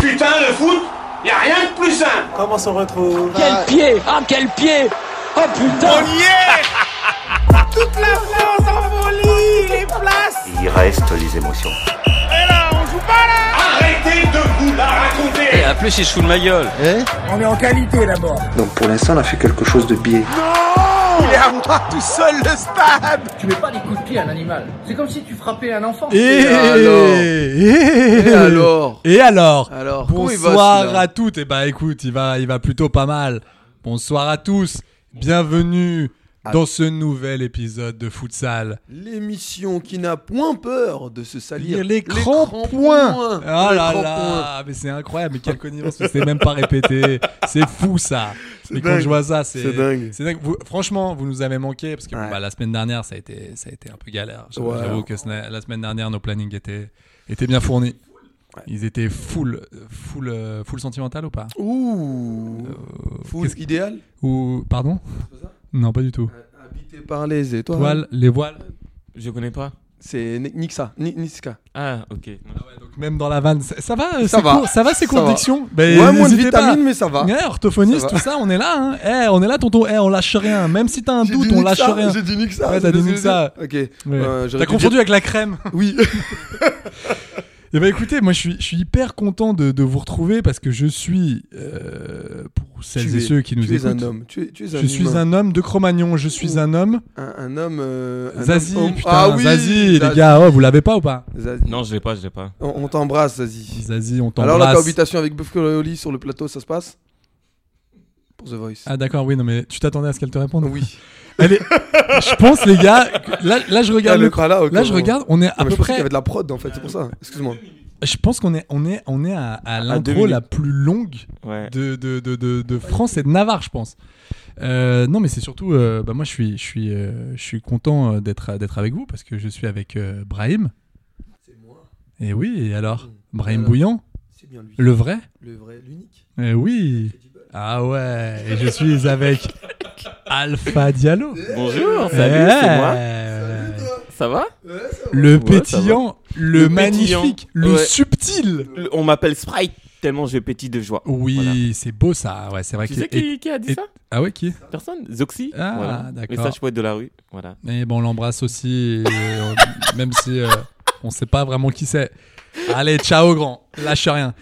Putain, le foot, y a rien de plus simple. Comment s'en retrouve Quel pied Ah quel pied Oh putain On y est Toute la France en folie, les places. Il reste les émotions. Et là, on joue pas là. Arrêtez de vous la raconter. En plus il se fout de ma gueule Donc pour l'instant, on a fait quelque chose de biais. Il est à moi tout seul le stade. Tu mets pas des coups de pied à un animal. C'est comme si tu frappais un enfant. Et alors et, Et alors Et alors Alors, comment il va, Bonsoir celui-là à toutes. Et bah écoute, il va, il va plutôt pas mal. Bonsoir à tous. Bienvenue Ah. dans ce nouvel épisode de Futsal. L'émission qui n'a point peur de se salir. Les grands points. Ah Les là grands là Mais c'est incroyable. Mais quelle connivence que C'est même pas répété. C'est fou ça. Mais quand dingue. je vois ça, c'est C'est dingue. C'est dingue. Vous- franchement, vous nous avez manqué parce que bon, Ouais. bah, la semaine dernière, ça a été, ça a été un peu galère. J'avoue Ouais. j'avoue que ce n'est- la semaine dernière, nos plannings étaient, étaient bien fournis. Ils étaient full, full, euh, full sentimental ou pas Euh, Ouh Full qu'est-ce- idéal Ou pardon Non, pas du tout. Habité par les étoiles. Toile, les voiles. Je connais pas. C'est Ni- Nixa. Ni- Niska. Ah, ok. Donc même dans la vanne, ça ça va, euh, Ça c'est va. court- ça va ces Ben, Ça cours va. diction. ouais, moins de vitamines, mais ça va. orthophoniste, Ça va. tout ça, on est là. Hein. Eh, on est là, tonton. Eh, on lâche rien. Même si t'as un J'ai doute, dit on lâche Nixa, rien. J'ai dit Nixa. Ouais, t'as dit désolé. Nixa. Ok. Ouais. Euh, j'aurais T'as dû confondu Bah, dire- avec la crème. Oui. Eh ben écoutez, moi je suis, je suis hyper content de, de vous retrouver parce que je suis, euh, pour celles Tu et es- ceux qui nous tu es un écoutent, homme. Tu es, tu es un je suis humain. un homme de Cro-Magnon, je suis un homme. Un, un homme. euh, un homme Zazie, homme. putain, ah oui, Zazie, les Zazie. gars, oh, vous l'avez pas ou pas Zazie. Non, je l'ai pas, je l'ai pas. On, on t'embrasse, Zazie. Zazie, on Alors la t'embrasse. cohabitation avec Buff Corleone sur le plateau, ça se passe Pour The Voice. Ah d'accord, oui, non mais tu t'attendais à ce qu'elle te réponde Oui. Elle est- je pense les gars, que- là, là je Ah, regarde, le le- crala, ok, là je bon. regarde, on est Ah, à mais peu je pensais qu'il y près, avait de la prod en fait, c'est pour ça. Excuse-moi. je pense qu'on est, on est, on est à, à deux l'intro minutes. la plus longue Ouais. de, de, de, de, de France et de Navarre, je pense. Euh, non, mais c'est surtout, euh, bah, moi, je suis, je suis, euh, je suis content euh, d'être, d'être avec vous parce que je suis avec euh, Brahim. C'est moi. Et oui, et alors Mmh. Euh. Brahim Alors Bouillant, C'est bien lui. le vrai Le vrai, l'unique. Eh oui. Ah ouais, et je suis avec Alpha Diallo. Bonjour, Eh, salut, c'est moi. ouais. Ça va Le Ouais, ça va. pétillant, le, Le pétillant. magnifique, le Ouais. subtil. Le- On m'appelle Sprite tellement je pétis de joie. Oui, Voilà. c'est beau ça. Ouais, c'est vrai Tu qu'il- sais qui, qui a dit et- ça Ah ouais, qui Personne Zoxy Ah, voilà. d'accord. Message chouette de la rue. Voilà. Mais bon, Eh ben, on l'embrasse aussi, et, euh, même si euh, on sait pas vraiment qui c'est. Allez, ciao grand, lâche rien.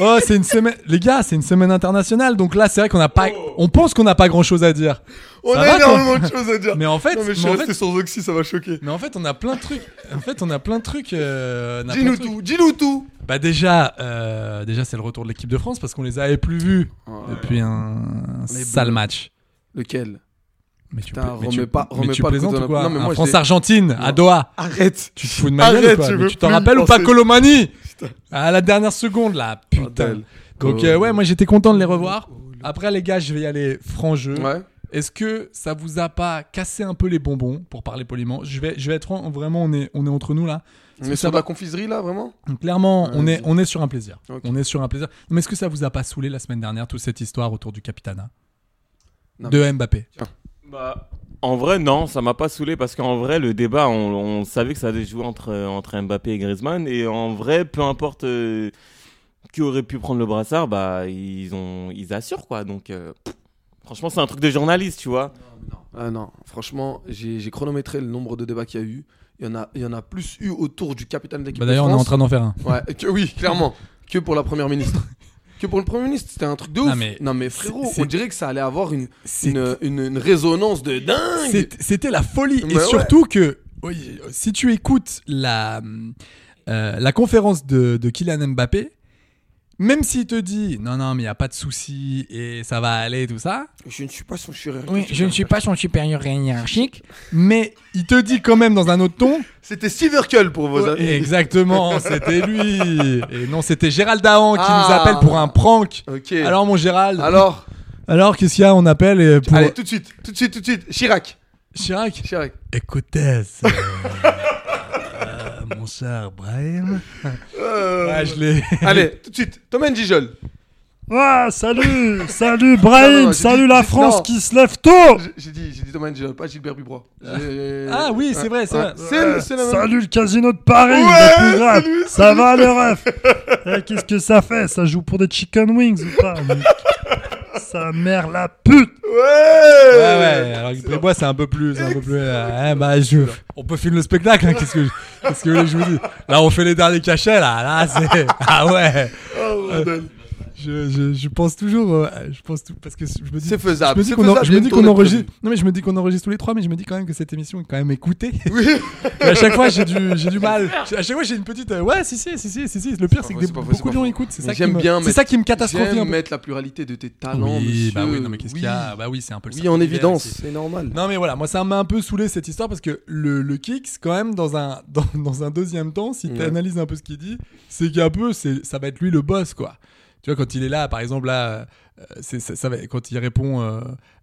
Oh, c'est une semaine, les gars, c'est une semaine internationale, donc là, c'est vrai qu'on n'a pas, on pense qu'on n'a pas grand chose à dire. Oh. On Ça a va, énormément de choses à dire. Mais en fait, non, mais je suis mais en resté fait- sans oxy, ça va choquer. mais en fait, on a plein de trucs. En fait, on a plein de trucs. euh, on a plein de Dis-nous trucs. tout, dis-nous tout. Bah déjà, euh, déjà c'est le retour de l'équipe de France parce qu'on les avait plus vus depuis un Les sale Bleus. match. Lequel Mais tu, Putain, mais remets tu- pas- mais remets tu pas le plaisantes couteau dans ou la- quoi Non, mais Un moi, France-Argentine à Doha. Arrête. Tu te fous de ma gueule Arrête, ou quoi je Mais veux Tu t'en plus rappelles ou pas penser. Ah, Colomani À la dernière seconde là, putain. Bordel. Donc Oh. euh, ouais, moi j'étais content de les revoir. Après les gars, je vais y aller franc jeu. Ouais. Est-ce que ça vous a pas cassé un peu les bonbons pour parler poliment Je vais, je vais être franc, vraiment on est, on est entre nous là. Est-ce On que est ça sur de va- la confiserie là, vraiment donc, clairement, on Vas-y. est, on est sur un plaisir. Ok. On est sur un plaisir. Non, Mais est-ce que ça vous a pas saoulé la semaine dernière, toute cette histoire autour du Capitana Non, De Mbappé Bah, en vrai, non, ça m'a pas saoulé parce qu'en vrai, le débat, on, on savait que ça allait se jouer entre, euh, entre Mbappé et Griezmann. Et en vrai, peu importe euh, qui aurait pu prendre le brassard, bah, ils, ont, ils assurent quoi. Donc, euh, pff, franchement, c'est un truc de journaliste, tu vois. Ah non, franchement, j'ai j'ai chronométré le nombre de débats qu'il y a eu. Il y en a, il y en a plus eu autour du capitaine de l'équipe Bah, de D'ailleurs, on est en France. train d'en faire un. Ouais, que, oui, clairement, que pour la première ministre. Que pour le premier ministre, c'était un truc de ouf. Non, mais frérot, c'est- on dirait que ça allait avoir une, C'est- une, une, une résonance de dingue. c'est- C'était la folie. Mais Et ouais. surtout que, oui, si tu écoutes la, euh, la conférence de, de Kylian Mbappé, même s'il te dit non, non, mais il n'y a pas de souci et ça va aller, tout ça. Je ne suis pas son chirurgien. pas son supérieur hiérarchique, mais il te dit quand même dans un autre ton. C'était Siverkel pour vos amis. Exactement, c'était lui. Et non, c'était Gérald Dahan qui nous Ah. appelle pour un prank. Ok. Alors, mon Gérald. Alors, Alors, qu'est-ce qu'il y a On appelle euh, pour. allez, tout de suite, tout de suite, tout de suite. Chirac. Chirac. Chirac. Écoutez, c'est- euh, mon cher Brahim. Euh, Ah, je l'ai. Allez, tout de suite. Thomas Njijol. Ouais, Ah, salut, salut Non, non, Brahim, non, j'ai salut dit- la j'ai- France non. qui se lève tôt. J'ai- J'ai dit, j'ai dit Thomas Njijol, pas Gilbert Dubois. J'ai- Ah oui, c'est vrai, c'est Ouais. vrai. C'est le- c'est la même. Salut le casino de Paris, Ouais, le plus grave. salut, Ça va le ref Eh, Qu'est-ce que ça fait Ça joue pour des chicken wings ou pas mais- Sa mère la pute. Ouais, Ouais. ouais. Alors, Dubois, c'est un peu plus. Un peu plus euh, hein, bah, je- On peut filmer le spectacle. hein, Qu'est-ce que, je... qu'est-ce que vous voulez que je vous dise Là, on fait les derniers cachets. Là, là c'est. Ah ouais. Oh, Euh, bordel. Je, je, je pense toujours, euh, je pense tout, parce que je me dis, C'est faisable, Je me dis c'est qu'on en- faisable, il y je me a une dis qu'on tournée enregistre. prévue. Non mais je me dis qu'on enregistre tous les trois, mais je me dis quand même que cette émission est quand même écoutée. Oui. Et à chaque fois j'ai du, j'ai du mal. À chaque fois j'ai une petite, euh, ouais si si si si si si. Le pire c'est que faux, des- c'est pas faux, c'est beaucoup pas de gens faux. écoutent. C'est Mais ça qui j'aime me, bien c'est mettre- ça qui me catastrophie un J'aime peu. mettre la pluralité de tes talents, oui, bah oui, monsieur. non mais qu'est-ce Oui. qu'il y a Bah oui, c'est un peu le Oui, cercle en d'hiver, évidence, c'est- c'est normal. non mais voilà, moi ça m'a un peu saoulé cette histoire parce que le, le Kicks quand même dans un dans, dans un deuxième temps, si tu Ouais. analyses un peu ce qu'il dit, c'est qu'un peu c'est ça va être lui le boss quoi. Tu vois quand il est là par exemple là euh, c'est ça, ça va, quand il répond euh,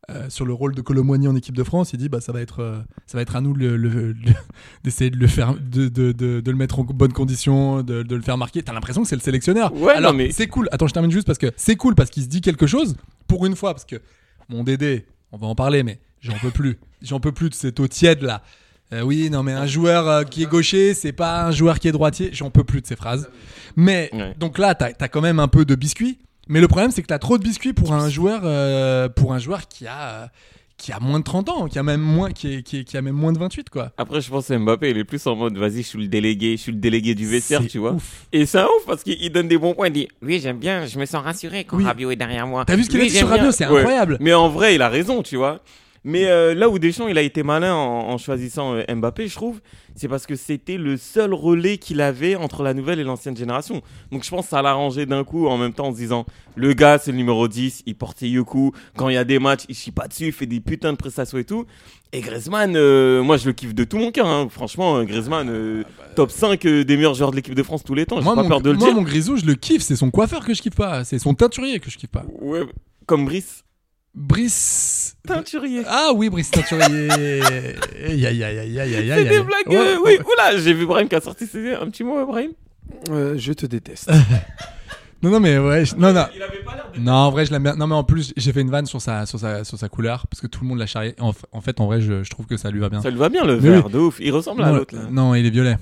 euh, sur le rôle de Colomoigny en équipe de France, il dit bah ça va être euh, ça va être à nous le- le- le- d'essayer de le faire de, de, de- de le mettre en bonne condition, de, de le faire marquer. T'as l'impression que c'est le sélectionneur. Ouais, Alors non, mais- c'est cool. Attends, je termine juste parce que c'est cool parce qu'il se dit quelque chose pour une fois parce que mon Dédé, on va en parler, mais j'en peux plus. J'en peux plus de cette eau tiède là. Euh, oui, non, mais un joueur euh, qui est gaucher, c'est pas un joueur qui est droitier. J'en peux plus de ces phrases. Mais Ouais. donc là, t'as as quand même un peu de biscuit. Mais le problème, c'est que t'as trop de biscuits pour un joueur, euh, pour un joueur qui a, euh, qui a moins de 30 ans, qui a même moins, qui, est- qui est- qui a même moins de 28 quoi. Après, je pense que Mbappé, il est plus en mode, vas-y, je suis le délégué, je suis le délégué du vestiaire, C'est tu vois. ouf. Et c'est un ouf parce qu'il il donne des bons points. Il dit, oui, j'aime bien, je me sens rassuré quand Oui. Rabiot est derrière moi. T'as vu ce qu'il a Oui, dit sur j'aime bien. Rabiot, c'est Ouais. incroyable. Mais en vrai, il a raison, tu vois. Mais euh, là où Deschamps, il a été malin en, en choisissant euh, Mbappé, je trouve, c'est parce que c'était le seul relais qu'il avait entre la nouvelle et l'ancienne génération. Donc je pense que ça l'a arrangé d'un coup en même temps en se disant, le gars, c'est le numéro 10, il porte ses Yoku. Quand il y a des matchs, il chie pas dessus, il fait des putains de prestations et tout. Et Griezmann, euh, moi je le kiffe de tout mon cœur. hein. Franchement, euh, Griezmann, euh, top 5 euh, des meilleurs joueurs de l'équipe de France tous les temps. J'ai Moi, pas mon, peur de le moi, dire. mon Grisou, je le kiffe. C'est son coiffeur que je kiffe pas. C'est son teinturier que je kiffe pas. Ouais, comme Brice. Brice. Teinturier. Ah oui, Brice Teinturier. Aïe, aïe, aïe, aïe, aïe, aïe, C'est aïe. des blagues. euh, Ouais. oui, oula, j'ai vu Brahim qui a sorti ses... un petit mot, Brahim. Euh, je te déteste. Non, non, mais ouais. je- Non, non. Il avait pas l'air de. Non, en vrai, je l'aime bien. Non, mais en plus, j'ai fait une vanne sur sa, sur sa, sur sa couleur parce que tout le monde l'a charrié. En, f- en fait, en vrai, je, je trouve que ça lui va bien. Ça lui va bien le Mais vert, oui. de ouf. Il ressemble à non, l'autre là. euh, non, il est violet.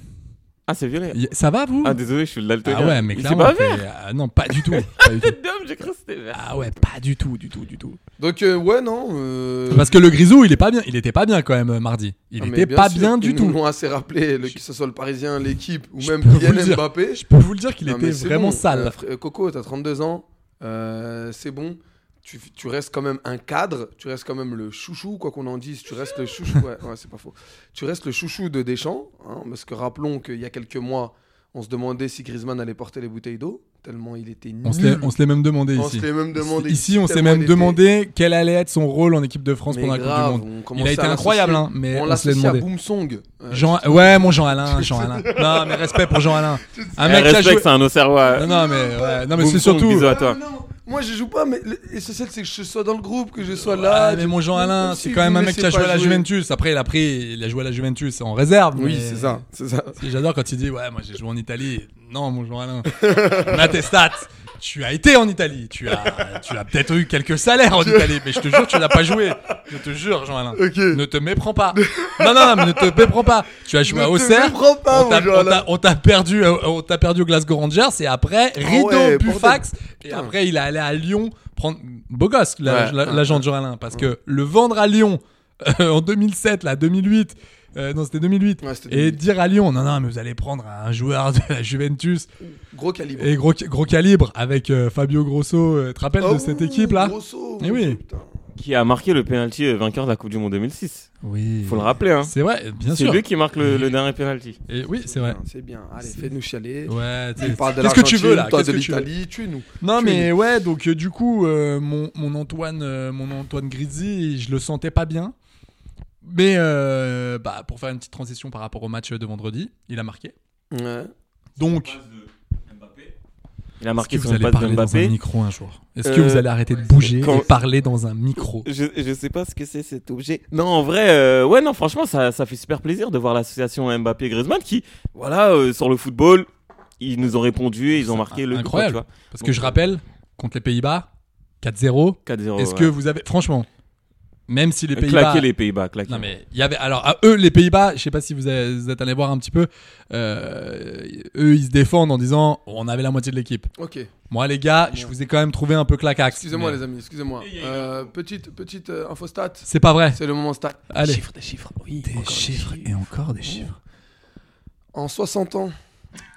Ah, c'est violet. Il- Ça va, vous Ah, désolé, je suis le daltonien. Ah ouais, mais Il- clairement. C'est pas t'es- vert. ah non, pas du tout. pas du tout. Tête d'homme, j'ai cru que c'était vert. Ah ouais, pas du tout, du tout, du tout. Donc, euh, ouais, non. euh, Parce que le grisou, il est pas bien. Il était pas bien quand même euh, mardi. Il ah, mais était pas sûr, bien du ils nous tout. l'ont assez rappelé, le- que ce soit le Parisien, l'équipe ou Je même peux vous le Kylian dire. Mbappé. Je peux vous le dire qu'il Non, était mais c'est vraiment bon. Euh, sale. fr- euh, Coco, t'as 32 ans, euh, c'est bon. Tu, tu restes quand même un cadre, tu restes quand même le chouchou, quoi qu'on en dise. Tu restes le chouchou, ouais, ouais, c'est pas faux. Tu restes le chouchou de Deschamps, hein, parce que rappelons qu'il y a quelques mois, on se demandait si Griezmann allait porter les bouteilles d'eau, tellement il était nul. On se l'est- on se l'est même demandé On ici. se l'est même demandé. Ici, on s'est tellement même il était- demandé quel allait être son rôle en équipe de France Mais pendant la Coupe grave, du Monde. on Il commençait a été à incroyable, hein, l'associer- on mais on, se l'est l'associe à demandé. Boomsong. euh, Jean, ouais, mon Jean Alain, Jean Alain. Non, mais respect pour Jean Alain. Un Un mec qui a Eh, respect, joué. c'est un Auxerrois. Non, non, mais, ouais, non, mais Boum, c'est boum, surtout. bisous à toi. Non, moi je joue pas, mais l'essentiel c'est que je sois dans le groupe, que je sois là. Ah, mais mon Jean Alain, c'est quand même un mec qui a joué à la Juventus. Après, il a pris, il a joué à la Juventus en réserve. Oui, mais- c'est ça, c'est ça. Et J'adore quand il dit ouais moi j'ai joué en Italie. Non mon Jean Alain, on a tes stats. Tu as été en Italie. Tu as, tu as peut-être eu quelques salaires en Italie, mais je te jure tu n'as pas joué. Je te jure Jean Alain. Ok. Ne te méprends pas. Non non, non, mais ne te méprends pas. Tu as joué Ne à te Auxerre. méprends pas, on t'a- mon Jean on t'a- Alain. Ah on t'a perdu, euh, on t'a perdu au Glasgow Rangers et après rideau ouais, Bufax et Putain. après il est allé à Lyon prendre beau gosse la- Ouais. la- l'agent de Jean Alain parce que le vendre à Lyon euh, en 2007 là 2008 euh, non c'était 2008 Ouais, c'était et 2008. dire à Lyon, non, non, mais vous allez prendre un joueur de la Juventus Gros calibre. et gros, gros calibre avec euh, Fabio Grosso. euh, tu te rappelles Oh, de cette équipe là Grosso, Eh mon oui. Dieu, putain. qui a marqué le penalty euh, vainqueur de la Coupe du Monde 2006. Oui. Faut le rappeler. Hein. C'est vrai, bien sûr. C'est lui qui marque le, le dernier penalty. Et oui, c'est vrai. C'est bien. Allez, fais-nous chialer. Ouais, tu parles de qu'est-ce que tu veux là Toi Qu'est-ce de que tu veux l'Italie, tue-nous. Non Tue-nous. mais ouais, donc euh, du coup euh, mon, mon Antoine euh, mon Antoine Grizzi, je le sentais pas bien. Mais euh, bah pour faire une petite transition par rapport au match de vendredi, il a marqué. Ouais. Donc Il a marqué est-ce que son vous allez passe de parler dans Mbappé. Euh, un micro un jour Est-ce que vous allez arrêter de bouger quand- et parler dans un micro Je, je sais pas ce que c'est cet objet. Non, en vrai, euh, ouais, non, franchement, ça, ça fait super plaisir de voir l'association Mbappé-Griezmann qui, voilà, euh, sur le football, ils nous ont répondu et ils ont marqué le Incroyable. quoi, tu vois. Parce Donc, que je rappelle contre les Pays-Bas 4-0. 4-0, Est-ce Oh, ouais. que vous avez franchement même si les Claquer Pays-Bas les Pays-Bas, claquer. Non mais il y avait alors à eux les Pays-Bas, je sais pas si vous avez- vous êtes allé voir un petit peu euh, eux ils se défendent en disant oh, on avait la moitié de l'équipe. Ok. Moi les gars, je vous ai quand même trouvé un peu claquax. Excusez-moi mais- les amis, excusez-moi. Euh, petite petite euh, infostat. C'est pas vrai. C'est le moment stat. Allez. Des chiffres, des chiffres. Oui, Des encore chiffres et encore des chiffres. En 60 ans,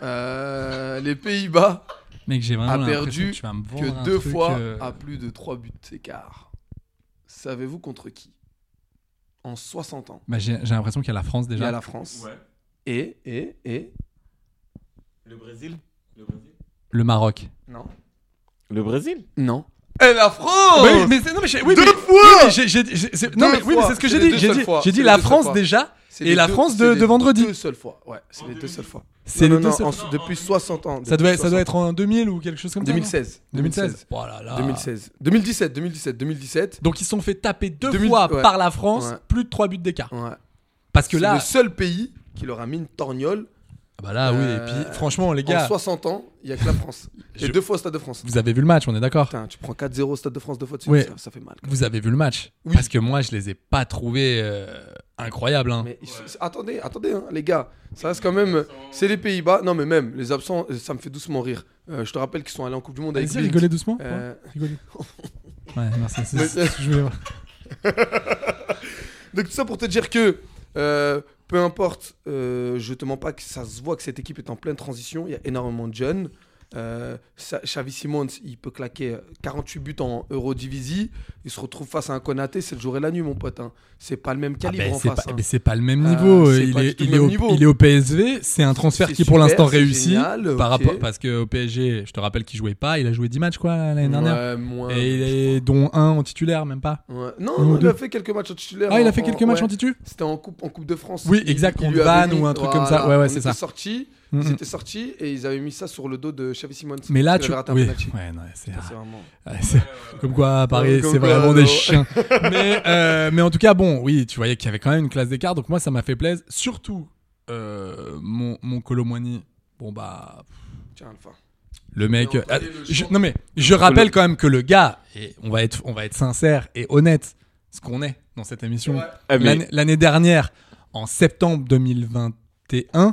euh, les Pays-Bas Mec, j'ai vraiment a l'impression perdu que tu vas me vendre que un deux truc, fois euh, à plus de 3 buts d'écart. Savez-vous contre qui En 60 ans. Bah, j'ai j'ai l'impression qu'il y a la France Il y déjà. a la France. Et, et, et. Le Brésil Le Brésil Le Maroc. Non. Le Brésil Non. Et la France Mais oui, mais c'est- non, mais j'ai- oui, Oh Deux mais- fois oui, mais j'ai- j'ai- j'ai- c'est- non, Deux mais oui, mais fois. c'est ce que C'est j'ai les dit. deux J'ai seules dit, fois. j'ai dit C'est les la deux France seules fois. déjà C'est et les la deux- France c'est de, les de vendredi. Deux seules fois. Ouais, c'est les deux seules fois. C'est Non, les non, deux non, seules- en- depuis 60 ans. Ça depuis doit, ça 60 doit être en 2000 ou quelque chose comme ça. 2016. 2016. Oh là là. 2016. 2017, 2017, 2017. Donc ils se sont fait taper deux 2000 fois ouais. par la France, Ouais. plus de 3 buts d'écart. Ouais. Parce que C'est là, le seul pays qui leur a mis une torgnole. Ah bah là Euh, oui, et puis franchement les gars, En 60 ans, il n'y a que la France. Et Je- deux fois au Stade de France. vous avez vu le match, on est d'accord Putain, tu prends 4-0 au Stade de France deux fois de suite, Oui. ça, ça fait mal. Vous avez vu le match Oui. Parce que moi je les ai pas trouvés euh, incroyables. hein. Mais ils se- attendez, attendez, hein, les gars. Ça reste quand même. C'est les Pays-Bas. Non, mais même, les absents, euh, ça me fait doucement rire. Euh, je te rappelle qu'ils sont allés en Coupe du Monde avec. Vas-y, Blind. rigolez doucement. Euh, ouais, rigolez. Ouais, merci, c'est c'est ce que je voulais voir. Donc, tout ça pour te dire que. euh, peu importe, euh, je te mens pas que ça se voit que cette équipe est en pleine transition. Il y a énormément de jeunes. Euh, Sa- Xavi Simons, il peut claquer 48 buts en Eurodivisie. Il se retrouve face à un Konaté, c'est le jour et la nuit, mon pote. hein. C'est pas le même Ah calibre ben, en c'est face. pas, hein. mais c'est pas le même Euh, niveau. c'est il, pas est, du tout il le est même au, niveau. il est au PSV. C'est un transfert C'est qui est pour super, l'instant c'est réussi. génial, par ok. rapport, parce qu'au PSG, je te rappelle qu'il jouait pas. Il a joué 10 matchs quoi l'année dernière. Ouais, moins, Et il est, dont un en titulaire, même pas. Ouais. Non, Un ou non, il a deux. fait quelques matchs en titulaire. Ah, il a en- fait quelques matchs en titu C'était en coupe, en coupe de France. Oui, Il- exact, il contre lui avait Vannes mis- ou un truc comme ça. Voilà, Ouais, ouais, on c'est était ça. sortis, Mhm. Ils étaient sortis et ils avaient mis ça sur le dos de Xavi Simons. Mais là, parce qu'il tu. avait raté un oui. penalty. Ouais, non, c'est Ça, c'est vraiment- Ouais, c'est- Comme quoi, à Paris, Ouais, comme c'est quoi, vraiment non. des chiens. mais, euh, mais en tout cas, bon, oui, tu voyais qu'il y avait quand même une classe d'écart. Donc moi, ça m'a fait plaisir. Surtout, euh, mon, mon Colomwani. Bon, bah, Tiens, Alpha. le mec. Mais on euh, connaît le je- choix. non, mais je rappelle quand même que le gars, et on va être, on va être sincère et honnête, ce qu'on est dans cette émission. Ah, mais- L'année- L'année dernière, en septembre 2021,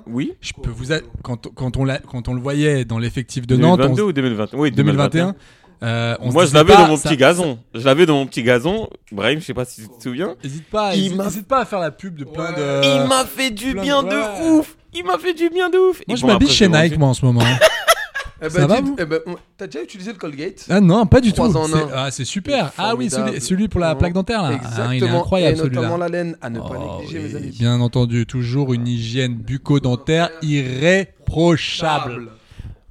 Oui. je peux vous. a- Quand, quand, on l'a- quand on le voyait dans l'effectif de Nantes. 2022 on- ou 2021 Oui, 2021. euh, on se Moi, je disait l'avais pas, dans mon ça- petit gazon. Je l'avais dans mon petit gazon. Brahim, je sais pas si tu te souviens. Hésite pas, Il hésite, m'a- hésite pas à faire la pub de plein de. Il m'a fait du Euh, plein de- bien de ouais. ouf. Il m'a fait du bien de ouf. Moi, je m'habille chez Nike, moi, en ce moment. hein. Eh ben, Ça va, dites- vous eh ben, on- T'as déjà utilisé le Colgate ah non, pas du tout. Trois en C'est un. ah, c'est super. Ah oui, celui, Formidable. celui pour la plaque dentaire, là. Ah, il est Exactement. incroyable, Et notamment celui-là. la laine à ne pas Oh, négliger, mes oui, amis. bien entendu, toujours une hygiène bucco-dentaire irréprochable.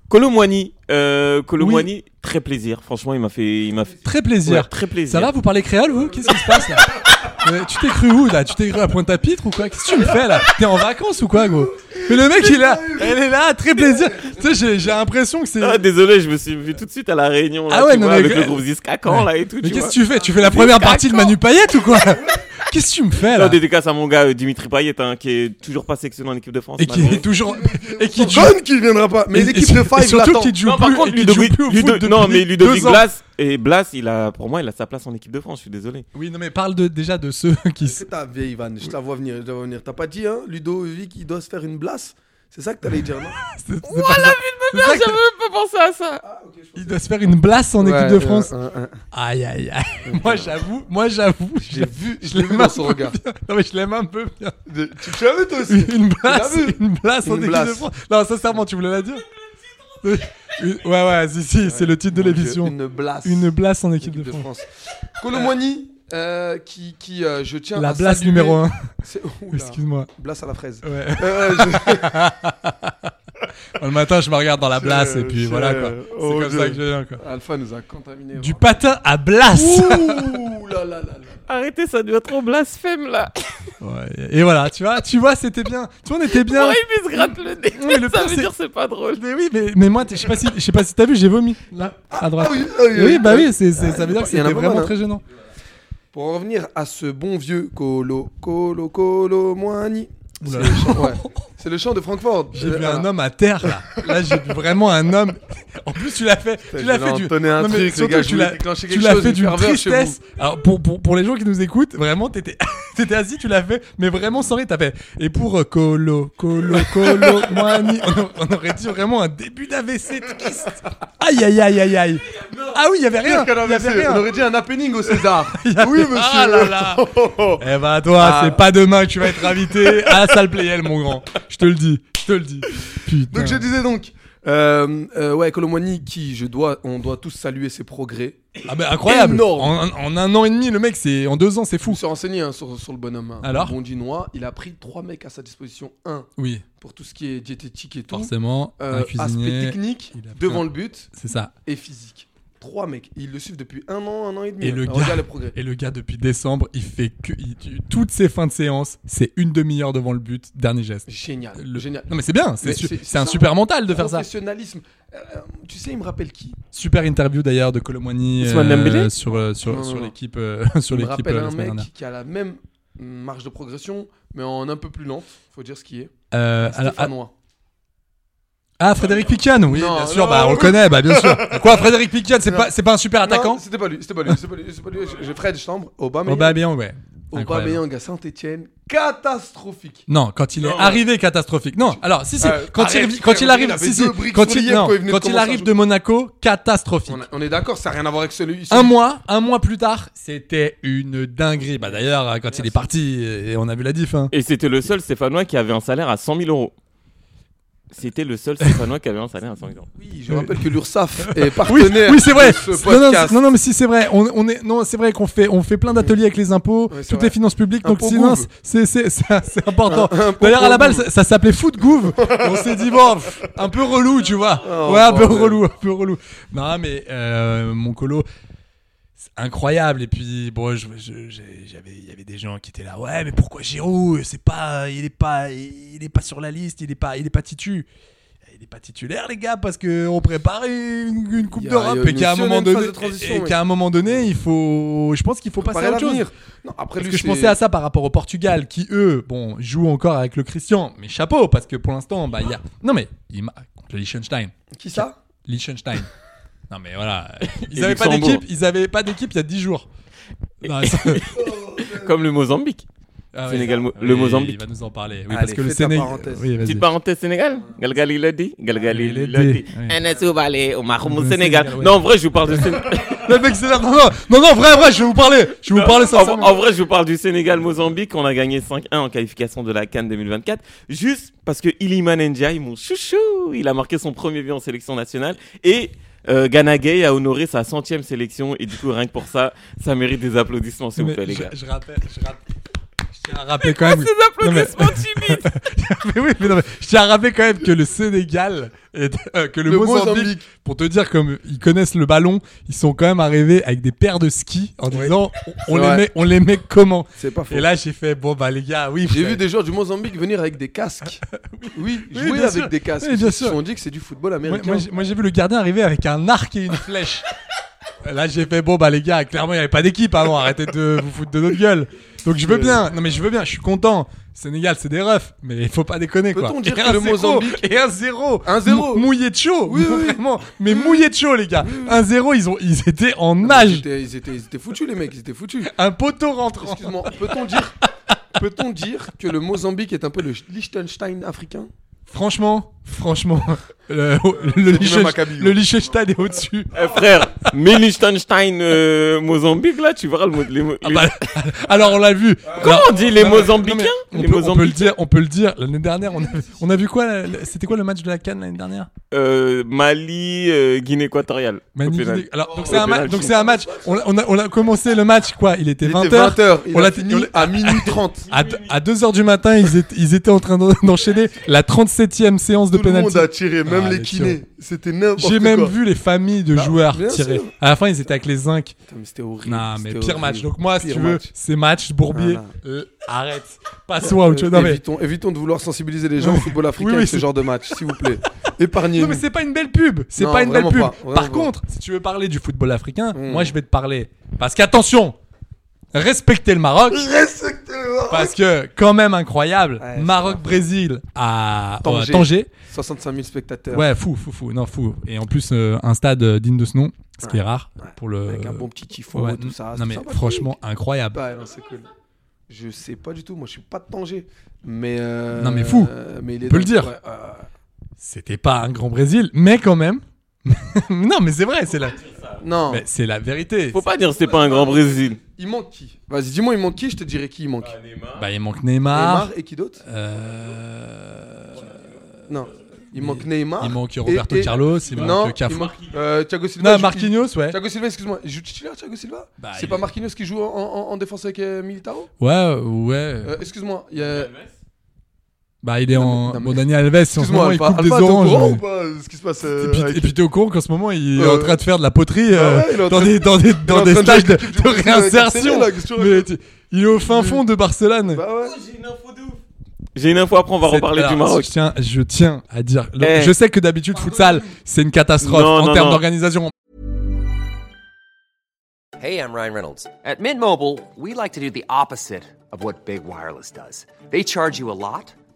Colomwani. Euh, Colomwani, très plaisir. Franchement, il m'a fait. Il m'a fait... Très plaisir. Ouais, très plaisir. Ça va, vous parlez créole, vous Qu'est-ce qui se passe, là Euh, Tu t'es cru où, là Tu t'es cru à Pointe-à-Pitre ou quoi Qu'est-ce que tu me fais, là T'es en vacances ou quoi, gros Mais le mec, il est là. Elle est là, très plaisir. Tu sais, j'ai- j'ai l'impression que c'est. Ah, désolé, je me suis vu tout de suite à la réunion. Là, Ah ouais, tu non, vois, mais avec que- le groupe Ziska quand, là et tout. Mais tu qu'est-ce vois. que tu fais Tu fais la première partie de Manu Payette ou quoi Qu'est-ce que tu me fais Non, là dédicace à mon gars euh, Dimitri Payet, hein, qui est toujours pas sélectionné en équipe de France. Et qui malgré- est toujours et qui joue Con qui viendra pas. Mais et- l'équipe et- de et Five surtout l'attend. qui joue Non, par plus contre, et qui joue Ludovic, plus au Ludo- foot depuis non, mais Ludovic deux ans. Blas, et Blas, il a, pour moi, il a sa place en équipe de France, je suis désolé. Oui, non mais parle de, déjà de ceux qui s- C'est ta vieille vanne, je la vois venir, je la vois venir. T'as pas dit, hein, Ludo, Vic, il doit se faire une blasse C'est ça que t'allais dire, non c'est- c'est pas ça. C'est ça que- même pas pensé à ça. il doit se faire une blasse en équipe Ouais, de euh, France. euh, euh, Aïe aïe aïe. moi j'avoue, moi j'avoue, je- J'ai vu, je je l'ai l'aime vu un dans son peu regard. bien. Non mais je l'aime un peu bien. De- Tu tu l'as vu toi aussi Une blasse, l'as vu une blasse en Une équipe de blasse. France. Non, sincèrement, tu voulais la dire Oui. Une- Ouais ouais, si si, c'est le titre de Mon Dieu, l'émission. Une blasse. Une blasse en équipe Équipe de France. Colomboigny, euh, qui, qui euh, je tiens La à blasse saluer- numéro un. C'est- Oula. Excuse-moi. Blasse à la fraise. Ouais. Euh, je- Le matin, je me regarde dans la Je- blasse et puis je- voilà, quoi. C'est oh, comme ça que je viens, quoi. Alpha nous a contaminé. Du patin à blasse Ouh là là là. Arrêtez, ça devient trop blasphème là. Ouais, Et voilà, tu vois, tu vois, c'était bien. Tu vois, on était bien. Ouais, il se gratte le nez. mais le ça pire, veut c'est- dire c'est pas drôle. Mais oui, mais, mais moi, t'es- je sais pas si, je sais pas si t'as vu, j'ai vomi là à droite. oui, ah oui, oui. bah oui, c'est, c'est- ça veut Il y en dire a que c'était pas mal, vraiment hein. très gênant. Pour en revenir à ce bon vieux Colo Colo Colo Moigny. C'est Oula. le, chant, ouais. C'est le chant de Francfort. J'ai Euh, vu voilà. un homme à terre là. Là, j'ai vu vraiment un homme. En plus, tu l'as fait, tu l'as je fait vais du. entonner un Non, mais truc, les surtout, gars, je tu voulais l'as, déclencher tu quelque l'as chose, fait une d'une ferveur chez vous. tristesse. Alors pour, pour, pour les gens qui nous écoutent, vraiment, t'étais, t'étais assis, tu l'as fait, mais vraiment sans rire, t'as fait. Et pour euh, Colo Colo Colo Moigny, on, a- on aurait dit vraiment un début d'AVC triste. Aïe aïe aïe aïe aïe. Ah oui, il y avait rien. Pire qu'un il y avait AVC, rien. On aurait dit un happening au César. oui, monsieur. Oh, Ah là là. Eh bah toi, Ah. c'est pas demain que tu vas être invité à la salle Playel, mon grand. Je te le dis, je te le dis. Putain. Donc je disais donc, euh, euh, ouais, Colomwani, qui je dois, on doit tous saluer ses progrès. Ah bah incroyable. En, Énorme. en un an et demi, le mec, c'est en deux ans, c'est Je me fou. suis renseigné hein, sur, sur le bonhomme. hein. Alors Le Bondinois, il a pris trois mecs à sa disposition. Un, Oui. pour tout ce qui est diététique et tout. Forcément, un Euh, cuisinier, aspect technique, il a pris devant un- le but. C'est ça. Et physique. Trois mecs. Ils le suivent depuis un an, un an et demi. Et le, Alors, gars, Regarde le progrès. et le gars, depuis décembre, il fait que il- tu- toutes ses fins de séance, c'est une demi-heure devant le but, dernier geste. Génial. Le- Génial. Non mais c'est bien, c'est Mais su- c'est- c'est un ça. super mental de faire ça. Professionnalisme. Euh, tu sais, il me rappelle qui Super interview d'ailleurs de Colomwani Ousmane Dembélé sur euh, sur Non, sur non, non. l'équipe euh, sur Il me l'équipe rappelle euh, la un semaine mec dernière. qui a la même marge de progression, mais en un peu plus lente. Faut dire ce qui est. Euh, alors, ah, Stéphanois. ah, Frédéric Piquian, oui, Non, bien sûr, non, bah on le oui. connaît, bah bien sûr. Quoi, Frédéric Piquian, c'est Non. pas c'est pas un super attaquant Non, c'était pas lui, c'était pas lui, c'était pas lui, c'était pas lui. J'ai Fred, je t'embre. Oh bah bien, ouais. Incroyable. Aubameyang à Saint-Etienne, catastrophique. Non, quand il est Non. arrivé catastrophique. Non, alors si si, Euh, quand arrête, il quand il frère, il arrive avait si si, deux briques quand sur il l'IR non, quand il venait de quand il commencer à arrive jouer. de Monaco, catastrophique. On, a- on est d'accord, ça n'a rien à voir avec celui. Un mois, un mois plus tard, c'était une dinguerie. Bah d'ailleurs, quand il est parti, et on a vu la diff. Hein. Et c'était le seul Stéphanois qui avait un salaire à 100 000 euros. C'était le seul Stéphanois qui avait un salaire à 100 000 euros. Oui, je rappelle que l'URSSAF est Oui, partenaire oui, c'est vrai. de ce C'est- Non, non, podcast. c'est- non, non, mais si c'est vrai, on, on est, non, c'est vrai qu'on fait, on fait plein d'ateliers avec les impôts, Ouais, c'est toutes vrai. les finances publiques. Donc Impôts sinon, gouv. c'est, c'est, c'est, c'est important. Un- impôts D'ailleurs, à la gouv. balle, ça, ça s'appelait foot gouv. on s'est dit bon, pff, un peu relou, tu vois. Oh, ouais, un peu bordel. relou, un peu relou. Non, mais euh, mon colo. c'est Incroyable et puis bon je- je- j'ai- j'avais il y avait des gens qui étaient là ouais mais pourquoi Giroud c'est pas il est pas il est pas sur la liste il est pas il est pas titu Eh, il est pas titulaire les gars parce que on prépare une, une Il coupe y a- d'Europe il y a et qu'à un une moment phase donné de transition, et ouais. qu'à un moment donné il faut je pense qu'il faut passer Préparer à autre chose l'avenir. Non, après parce lui, que je c'est- pensais à ça par rapport au Portugal qui eux bon jouent encore avec le Christian mais chapeau parce que pour l'instant bah il y a non mais il m'a contre le Liechtenstein Qui ça Liechtenstein non mais voilà ils Et avaient pas Luxembourg. d'équipe ils avaient pas d'équipe il y a 10 jours Non, ça- Comme le Mozambique. Ah ouais. Sénégal, mo- le Oui, Mozambique. Il va nous en parler. Oui, Allez, parce que le fais ta Sénégal. parenthèse. Oui, vas-y. Petite parenthèse Sénégal. Galgali l'a dit. Galgali Il est l'a dit. dé- oui. Anasou Balé, Omar Houmou, Le Sénégal. Sénégal, ouais. Non, en vrai, je vous parle du Sénégal. Le mec, c'est là. Non, non, non, non, vrai, vrai, je vais vous parler. Je vais vous parler en, sincèrement. en vrai, je vous parle du Sénégal-Mozambique. On a gagné 5-1 en qualification de la Cannes 2024. Juste parce que Iliman Ndiaye, mon chouchou, il a marqué son premier but en sélection nationale. Et euh, Ghana Gay a honoré sa centième sélection. Et du coup, rien que pour ça, ça mérite des applaudissements, s'il vous Mais plaît, les je- gars. Je, rappelle, je rappelle. Je tiens à rappeler quand Ah, même. Ces Non, mais- applaudissements timides mais oui, mais non, mais je tiens à rappeler quand même que le Sénégal, est- euh, que le, Le Mozambique, Mozambique. pour te dire comme ils connaissent le ballon, ils sont quand même arrivés avec des paires de skis en Oui. disant on, on C'est les vrai. met, on les met comment. C'est pas faux. Et là j'ai fait bon bah les gars, oui. J'ai vous vu avez- des joueurs du Mozambique venir avec des casques. Oui, jouer bien avec sûr. des casques. Oui, bien Ils se sûr. sont dit que c'est du football Moi, américain. moi, j'ai- moi, j'ai vu le gardien arriver avec un arc et une flèche. Là j'ai fait bon bah les gars, clairement il n'y avait pas d'équipe avant, arrêtez de vous foutre de notre gueule. Donc je veux bien, non mais je veux bien, je suis content. Sénégal c'est des refs, mais il faut pas déconner quoi. Peut-on dire Et que un le zéro, Mozambique- et un 0 Un zéro. mouillé de chaud, Oui, oui. vraiment, mais mouillé de chaud les gars. Un 0 ils ont ils étaient en nage. Ils étaient, ils, étaient, ils étaient foutus, les mecs, ils étaient foutus. Un poteau rentrant. Excuse-moi, peut-on dire, peut dire que le Mozambique est un peu le Liechtenstein africain Franchement, Franchement, le, le, du même Liechtenstein- acabit, hein. le Liechtenstein est au-desin. Eh, frère, mais Liechtenstein, euh, Mozambique, là, tu verras le mot. Les, mots- Ah, les- bah, Alors on l'a vu. Comment Alors- on dit les Non, mais- Mozambicains non, mais on, Les peut, on peut le Mozambicains. dire. On peut le dire. L'année dernière, on a, on a vu quoi la- la- C'était quoi le match de la Cannes l'année dernière Euh, Mali, euh, Guinée équatorale. au Manu pénal. Guinée- Alors, donc Au c'est un, ma- pénal. donc c'est un match. On, l'a- on a, on a commencé le match quoi Il était 20h. 20 heures, il a fini à minuit 30. À, 2h du matin, ils étaient, ils étaient en train d'en- d'enchaîner la 37e séance de Tout le pénalty. monde a tiré, même Ah, les les kinés. tirs. C'était n'importe quoi. J'ai même vu les familles de Bah, joueurs bien tirer. sûr. À la fin, ils étaient avec les zincs. mais c'était horrible, Non, mais c'était pire horrible. match. Donc moi, si Pire tu veux, match. ces matchs bourbiers, Voilà. euh, arrête. Passons à autre chose. Euh, Non, mais... évitons, évitons de vouloir sensibiliser les gens au football africain Oui, oui, avec ce c'est- genre de match, s'il vous plaît. Épargnez. Non mais c'est pas une belle pub, c'est Non, pas une belle vraiment pub. pas, Hmm. vraiment Par pas. contre, si tu veux parler du football africain, moi je vais te parler parce qu'attention, respectez le Maroc. Respectez le Maroc. Parce que quand même incroyable, Ouais, c'est Maroc Brésil à oh, à Tanger. Tanger. 65 000 spectateurs. Ouais, fou, fou, fou, non fou. Et en plus euh, un stade euh, digne de ce nom, ce qui est Ouais, rare ouais. pour le. Avec un bon petit tifo, euh, Ouais, tout ça. Non c'est mais sympathique. franchement incroyable. Ouais, non, c'est cool. Je sais pas du tout, moi je suis pas de Tanger. Mais euh, Non mais fou. mais il on est peut le dingue. dire. Ouais, euh, ouais, ouais. C'était pas un grand Brésil, mais quand même. non mais c'est vrai, c'est la. Non. Mais c'est la vérité. Faut pas dire que c'est pas un grand Brésil. Il manque qui Vas-y, dis-moi, il manque qui Je te dirai qui il manque. Bah il manque Neymar. euh, Neymar et qui d'autre Non. Il mais- manque Neymar. il manque et- Roberto et- Carlos, il manque non, Cafu. il manque, euh, Thiago Silva. Non, il joue- Marquinhos, il- ouais. Thiago Silva, excuse-moi. Il joue titulaire, Thiago Silva Bah, C'est il- pas Marquinhos qui joue en, en- en défense avec euh, Militao Ouais, ouais. Euh, Excuse-moi. Il y a... Bah, il est en. non, mais- Bon, Daniel Alves, en ce moment, Excuse-moi, il Alpha, coupe des Alpha, t'es au oranges. courant mais- ou pas euh, ce qui se passe euh, Et puis- avec- Et puis, t'es au courant qu'en ce moment, il est Euh, en train de faire de la poterie euh, ouais, il est en dans train des- de- dans il des- est en dans train des de stages de jouer avec l'équipe de du Brésil, avec réinsertion. Marcelo, là, qu'est-ce que tu Mais tu- Il est au fin fond de Barcelone. Bah ouais. J'ai une info après, on va C'est- reparler alors, du Maroc. Je tiens, je tiens à dire. le- Eh. Je sais que d'habitude, futsal, c'est une catastrophe Non, en non, termes non. d'organisation. Hey, I'm Ryan Reynolds. At Mint Mobile, we like to do the opposite of what Big Wireless does. They charge you a lot,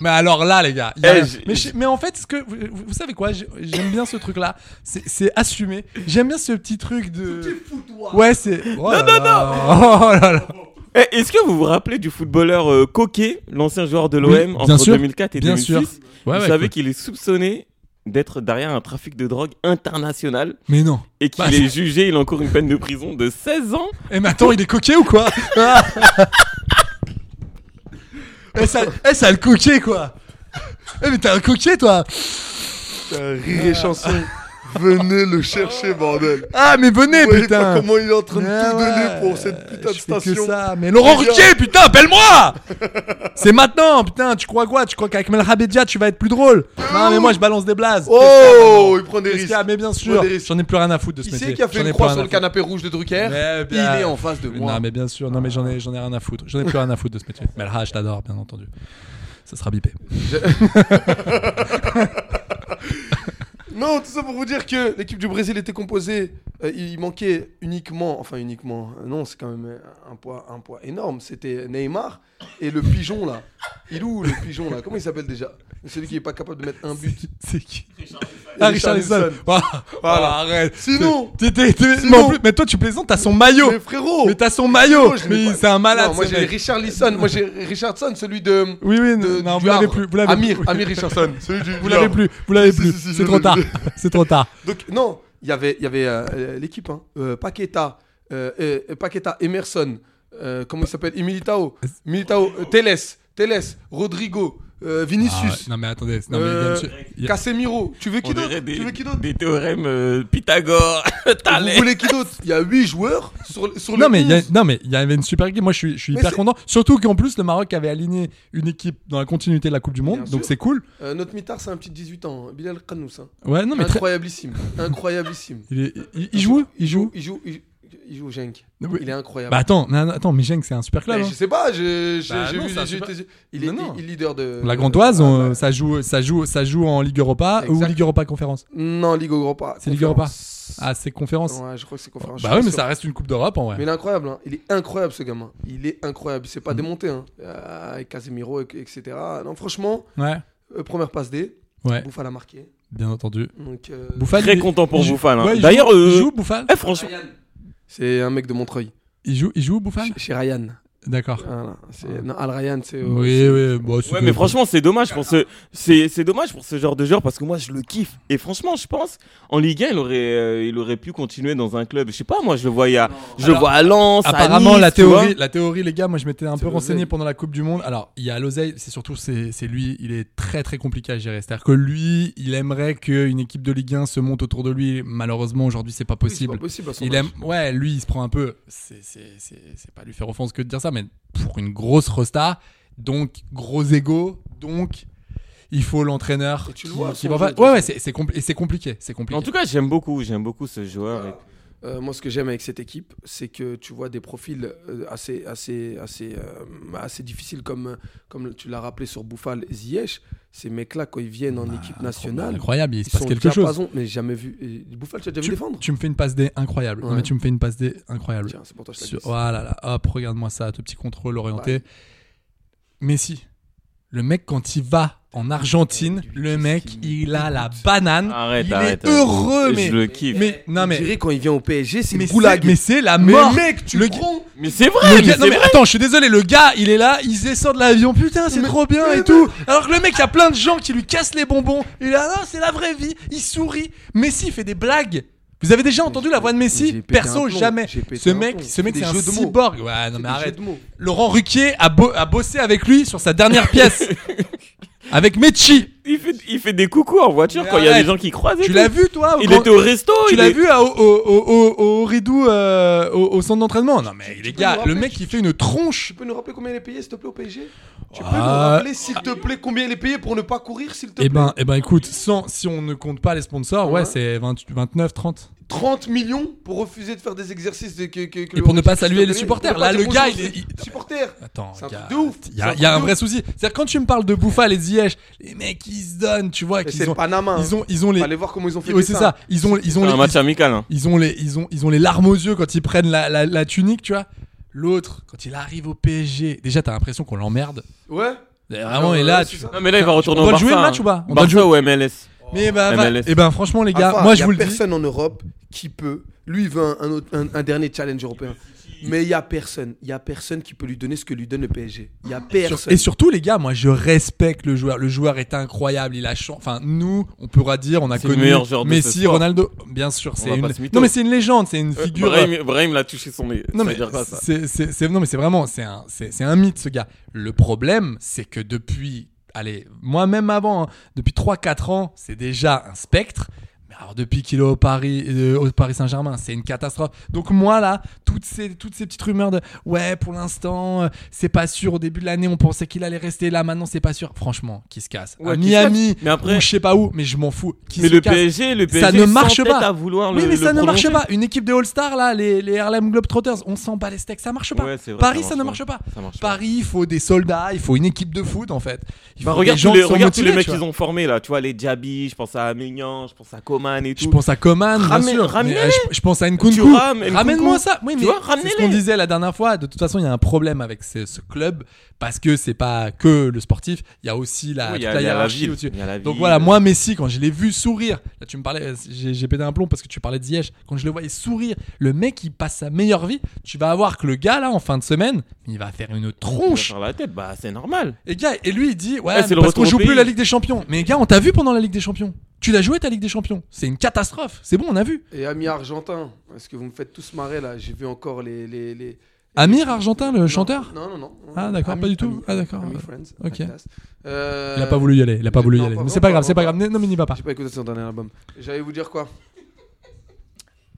Mais alors là, les gars, il y a Eh, rien. j'ai- mais, je- mais en fait, ce que vous, vous- vous savez quoi, j'ai- j'aime bien ce truc-là. C'est c'est assumé. J'aime bien ce petit truc de. Ouais, c'est. Oh là Non, non, là. Oh là là. Eh, Est-ce que vous vous rappelez du footballeur euh, Coquet, l'ancien joueur de l'OM Oui, bien entre sûr, 2004 et bien 2006 sûr. Ouais, Vous ouais, savez écoute. qu'il est soupçonné d'être derrière un trafic de drogue international Mais non. et qu'il Bah, est jugé, il encourt une peine de prison de 16 ans. Eh mais attends, il est coquet ou quoi Eh ça, eh, ça a le coquet quoi Eh mais t'es un coquet toi Euh, Ah. Rire et chanson. Venez le chercher, bordel. Ah mais venez Vous voyez putain pas comment il est en train de Ah tout ouais, donner pour cette putain de Je fais que station. ça, mais Laurent Les gars, Ruquier putain appelle-moi C'est maintenant putain tu crois quoi Tu crois qu'avec Melhabedja tu vas être plus drôle Non mais moi je balance des blazes Oh, il prend des Qu'est-ce qu'il risques. y a Mais Il bien prend sûr des risques. J'en ai plus rien à foutre de ce Qui métier c'est qui a fait J'en ai une plus croix rien sur à le foutre. canapé rouge de Drucker Mais Il bien- est en face de Mais moi. Non, mais bien sûr, non, mais j'en ai, j'en ai rien à foutre. J'en ai plus rien à foutre de ce métier. Mais le rage, je t'adore, bien entendu. Ça sera bipé. Non, tout ça pour vous dire que l'équipe du Brésil était composée, euh, il manquait uniquement, enfin uniquement, euh, non, c'est quand même un poids, un poids énorme. C'était Neymar et le pigeon là. Il est où le pigeon là Comment il s'appelle déjà Celui qui est pas capable de mettre un but. C'est qui Ah, Ah, Richard Lisson. Voilà. Voilà. arrête. Sinon- T'es- t'es- t'es- sinon- mais, en plus- mais toi, tu plaisantes, t'as son maillot. Mais frérot Mais t'as son maillot. Frérot, Oh. je l'ai Mais pas. c'est un malade. Non, moi ce j'ai mec. Richarlison, moi j'ai Richardson, celui de. Oui, oui, de- non, du vous l'avez Havre. plus. Vous l'avez Amir, plus. Amir Richardson. celui du- du Vous l'avez Havre. plus. Vous l'avez Si, plus. si, si, je C'est trop l'ai tard. oublié. C'est trop tard. Donc non, il y avait, il y avait euh, euh, l'équipe, hein. Euh, Paqueta, euh, euh, Paqueta, Emerson, euh, comment il s'appelle Et Militao, Militao, euh, Teles, Teles, Rodrigo, euh, Ah, ouais. Vinicius, Non, mais attendez. Non, mais, euh, monsieur, il y a- Casemiro. Tu veux On qui d'autre dirait des, Tu veux qui d'autre des théorèmes euh, Pythagore, Vous Thalès. voulez qui d'autre Il y a 8 joueurs sur, sur Non le mais, il y a- 11. non mais il y avait une super équipe, moi je suis, je suis Mais hyper c'est- content. Surtout qu'en plus le Maroc avait aligné une équipe dans la continuité de la Coupe du Monde, Bien donc sûr. c'est cool. Euh, notre mitard, c'est un petit 18 ans, hein, Bilal Kanous. hein. Ouais, non mais très- Incroyablissime, incroyablissime. Il, est- il- il joue, il joue. Il joue, il- il joue au Genk. Oui. Il est incroyable. Bah attends, non, non, attends, mais Genk, c'est un super club. Mais hein. je sais pas, je- je- Bah j'ai non, vu. c'est un j'ai- super- j'ai- Il est Non, non. il est leader de. La Grandoise, on- ça joue, ça joue, ça joue en Ligue Europa ou euh, Exact. Ligue Europa Conférence. Non, Ligue Europa. C'est Ligue Europa. Conférence. Ah, c'est Conférence. Ouais, je crois que c'est conférence. je Bah suis oui, pas mais sûr. ça reste une Coupe d'Europe en vrai. Mais il est incroyable, hein. il est incroyable ce gamin. Il est incroyable, il s'est pas Mm. démonté. Hein. Euh, Avec Casemiro, et- etc. Non, franchement, Ouais. euh, première passe D, Ouais. Bouffal a marqué. Bien entendu. Donc, euh, Bouffal, Très il est- content pour il joue- Bouffal. hein. Ah, ouais, il joue- D'ailleurs, il euh, joue Bouffal eh, franchement, C'est un mec de Montreuil. Il joue, il joue Bouffal Chez Ryan. D'accord. Voilà, c'est- Non, Al Ryan, c'est. euh, Oui, oui, bon, c'est- Ouais, mais franchement, c'est dommage pour ce, c'est, c'est dommage pour ce genre de joueur parce que moi, je le kiffe. Et franchement, je pense, en Ligue 1, il aurait, euh, il aurait pu continuer dans un club. Je sais pas, moi, je le vois, à, je le Alors, vois à Lens. à Apparemment, Nice, la, tu vois. théorie, la théorie, les gars, moi je m'étais un peu renseigné l'oseille. pendant la Coupe du Monde. Alors, il y a l'oseille, c'est surtout, c'est c'est lui, il est très très compliqué à gérer. C'est-à-dire que lui, il aimerait qu'une équipe de Ligue 1 se monte autour de lui. Malheureusement, aujourd'hui, c'est pas Oui, c'est possible. pas possible à son il âge. aime, ouais, lui, il se prend un peu. C'est c'est- c'est- c'est pas lui faire offense que de dire ça, mais pour une grosse rosta, donc gros ego, donc il faut l'entraîneur Et tu qui, le vois, qui son va jeu, pas- de toute Ouais, ouais, façon. c'est c'est compli- et c'est compliqué, c'est compliqué. En tout cas, j'aime beaucoup, j'aime beaucoup ce joueur. Et- Euh, moi, ce que j'aime avec cette équipe, c'est que tu vois des profils euh, assez, assez, assez, euh, assez difficiles, comme, comme tu l'as rappelé sur Bouffal, Ziyech. Ces mecs-là, quand ils viennent en équipe nationale, Bah, incroyable, il se passe sont quelque chose. diapasons, mais jamais vu. Et Bouffal, tu as déjà tu, vu défendre tu me fais une passe D incroyable. Non, Ouais. mais tu me fais une passe D incroyable. Tiens, c'est pour toi, je te la Sur- glisse. Voilà, là, hop, regarde-moi ça, ton petit contrôle orienté. Messi, le mec, quand il va en Argentine, le mec, il a la banane. Arrête, il arrête. est heureux, mais. Je le kiffe. Mais, non, mais... Ah, mais. Je dirais quand il vient au PSG, c'est Mais le c'est, goulag. mais c'est la mort. Mais mec, tu le, prends Mais c'est le vrai, mais gars- non c'est mais vrai. attends, je suis désolé, le gars il est là, il descend de l'avion, putain c'est trop bien et tout. Alors que le mec, il y a plein de gens qui lui cassent les bonbons. Il est là, non, c'est la vraie vie, il sourit. Messi fait des blagues. Vous avez déjà entendu la voix de j'ai Messi pété Perso, un plomb, jamais. j'ai pété Ce un mec, plomb. ce mec C'est c'est des un jeux de mots. cyborg. Ouais, non C'est mais des arrête. jeux de mots. Laurent Ruquier a, bo- a bossé avec lui sur sa dernière pièce. avec Messi. Il fait, il fait des coucous en voiture Mais quand il y a arrête. des gens qui croisent. et Tu tout. l'as vu toi au Il grand- était au resto. tu Oh, il l'as est- vu à- au, au, au, au- au Ridou, euh, au, au centre d'entraînement Non mais les peux gars, nous le rappeler- mec il fait une tronche. Tu peux nous rappeler combien il est payé, s'il te plaît, au PSG Tu peux nous Ah. rappeler, s'il te plaît, combien il est payé pour ne pas courir, s'il te plaît Eh ben, eh ben écoute, sans, si on ne compte pas les sponsors, ouais, Ouais. c'est 20 29, 30. 30 millions pour refuser de faire des exercices de, que, que- que Et pour le- ne pas que- saluer que- les que- supporters. pour ne pas Là, dire le gars, bonjour, il est- il- supporter. Attends, C'est un gars, truc de ouf. Il y C'est a, un il y a un truc de vrai ouf. souci. C'est-à-dire, quand tu me parles de Bouffa, les Ziyech, les mecs, ils se donnent, tu vois, Et qu'ils c'est ont. le Panama. Ils ont, ils ont les. Allez voir comment ils ont fait Ouais, des c'est seins. ça. Ils ont, ils ont C'est les. un match ils- amical. hein. Ils ont les, ils ont, ils ont les larmes aux yeux quand ils prennent la, la, la tunique, tu vois. L'autre, quand il arrive au PSG, déjà t'as l'impression qu'on l'emmerde. Ouais. Vraiment, Ouais, et là, ouais, Ah, tu c'est ça. Non, mais là, il va retourner On au doit Barça. jouer le match hein. ou pas On doit Barça jouer. ou MLS Mais bah, va- MLS. eh ben franchement les gars, Enfin, moi y je a vous le dis. personne en Europe qui peut. Lui, il veut un, un autre- un- un dernier challenge européen. Mais il y a personne. Il y a personne qui peut lui donner ce que lui donne le PSG. Il y a Sur- personne. Et surtout, les gars, moi, je respecte le joueur. Le joueur est incroyable. Il a chan- Enfin, nous, on pourra dire, on a C'est le connu meilleur joueur de ce Messi, sport. Ronaldo. Bien sûr, c'est va une. pas se mytho. Non, mais c'est une légende. C'est une Euh, figure. Brahim, Brahim l'a touché son nez. Non Ça mais, veut dire quoi, ça c'est- c'est- c'est- non mais c'est vraiment c'est un c'est c'est un mythe ce gars. Le problème c'est que depuis allez moi-même avant hein, depuis 3 4 ans, c'est déjà un spectre. Mais alors depuis qu'il est au Paris euh, au Paris Saint-Germain, c'est une catastrophe. Donc moi là, toutes ces toutes ces petites rumeurs de ouais, pour l'instant, euh, c'est pas sûr au début de l'année, on pensait qu'il allait rester là, maintenant c'est pas sûr. Franchement, qui se casse Ouais, À qui se casse. Miami, Mais après- ou je sais pas où, mais je m'en fous. Qui Mais se le casse PSG, le PSG, ça ne sans marche tête pas. à vouloir oui, le- le mais ça ne marche prolonger. pas. Une équipe de All-Stars, là, les, les Harlem Globetrotters, on s'en bat les steaks, ça marche pas. Ouais, c'est vrai, Paris, ça, ça ne marche marche pas. Ça marche pas. Paris, il faut des soldats, il faut une équipe de foot, en fait. Il Bah, faut regarde des tous gens les, qui sont regarde tous les motivés, mecs tu vois. qu'ils ont formés là, tu vois, les Djabi, je pense à Mignan, je pense à Coman et tout. Je pense à Coman, bien Ramène- sûr. ramenez-les. mais, euh, je, je pense à Nkunku. Tu rames, Nkunku. Ramène-moi ça. Oui, Tu mais vois, c'est ce ramenez-les. qu'on disait la dernière fois. De toute façon, il y a un problème avec ce, ce club parce que c'est pas que le sportif. Il y a aussi la, Oui, il y a- Ah, toute la il y a la hiérarchie ville. au-dessus. Il y a la Donc ville. voilà, moi, Messi, quand je l'ai vu sourire, là, tu me parlais, euh, j'ai j'ai pété un plomb parce que tu parlais de Ziyech. Quand je le voyais sourire, le mec, il passe sa meilleure vie. Tu vas avoir que le gars, là, en fin de semaine, il va faire une Il va tronche. faire la tête, bah c'est normal. Et, gars, et lui, il dit Ouais, Ouais, mais c'est le parce retour qu'on au joue plus pays. la Ligue des Champions. Mais gars, on t'a vu pendant la Ligue des Champions. Tu l'as joué ta Ligue des Champions. C'est une catastrophe. C'est bon, on a vu. Et Ami Argentin, est-ce que vous me faites tous marrer là J'ai vu encore les. les, les- Amir Argentin, le Non, chanteur Non, non, non. Ah, d'accord, Ami- pas du tout. Ami- Ah, d'accord. Ami Friends, Ok. Adidas. Euh, Il a pas voulu y aller. Il a pas voulu y non, aller. pas- Mais non, c'est pas pas- grave, c'est pas non, grave. Non, mais n'y va pas. J'ai pas écouté son dernier album. J'allais vous dire quoi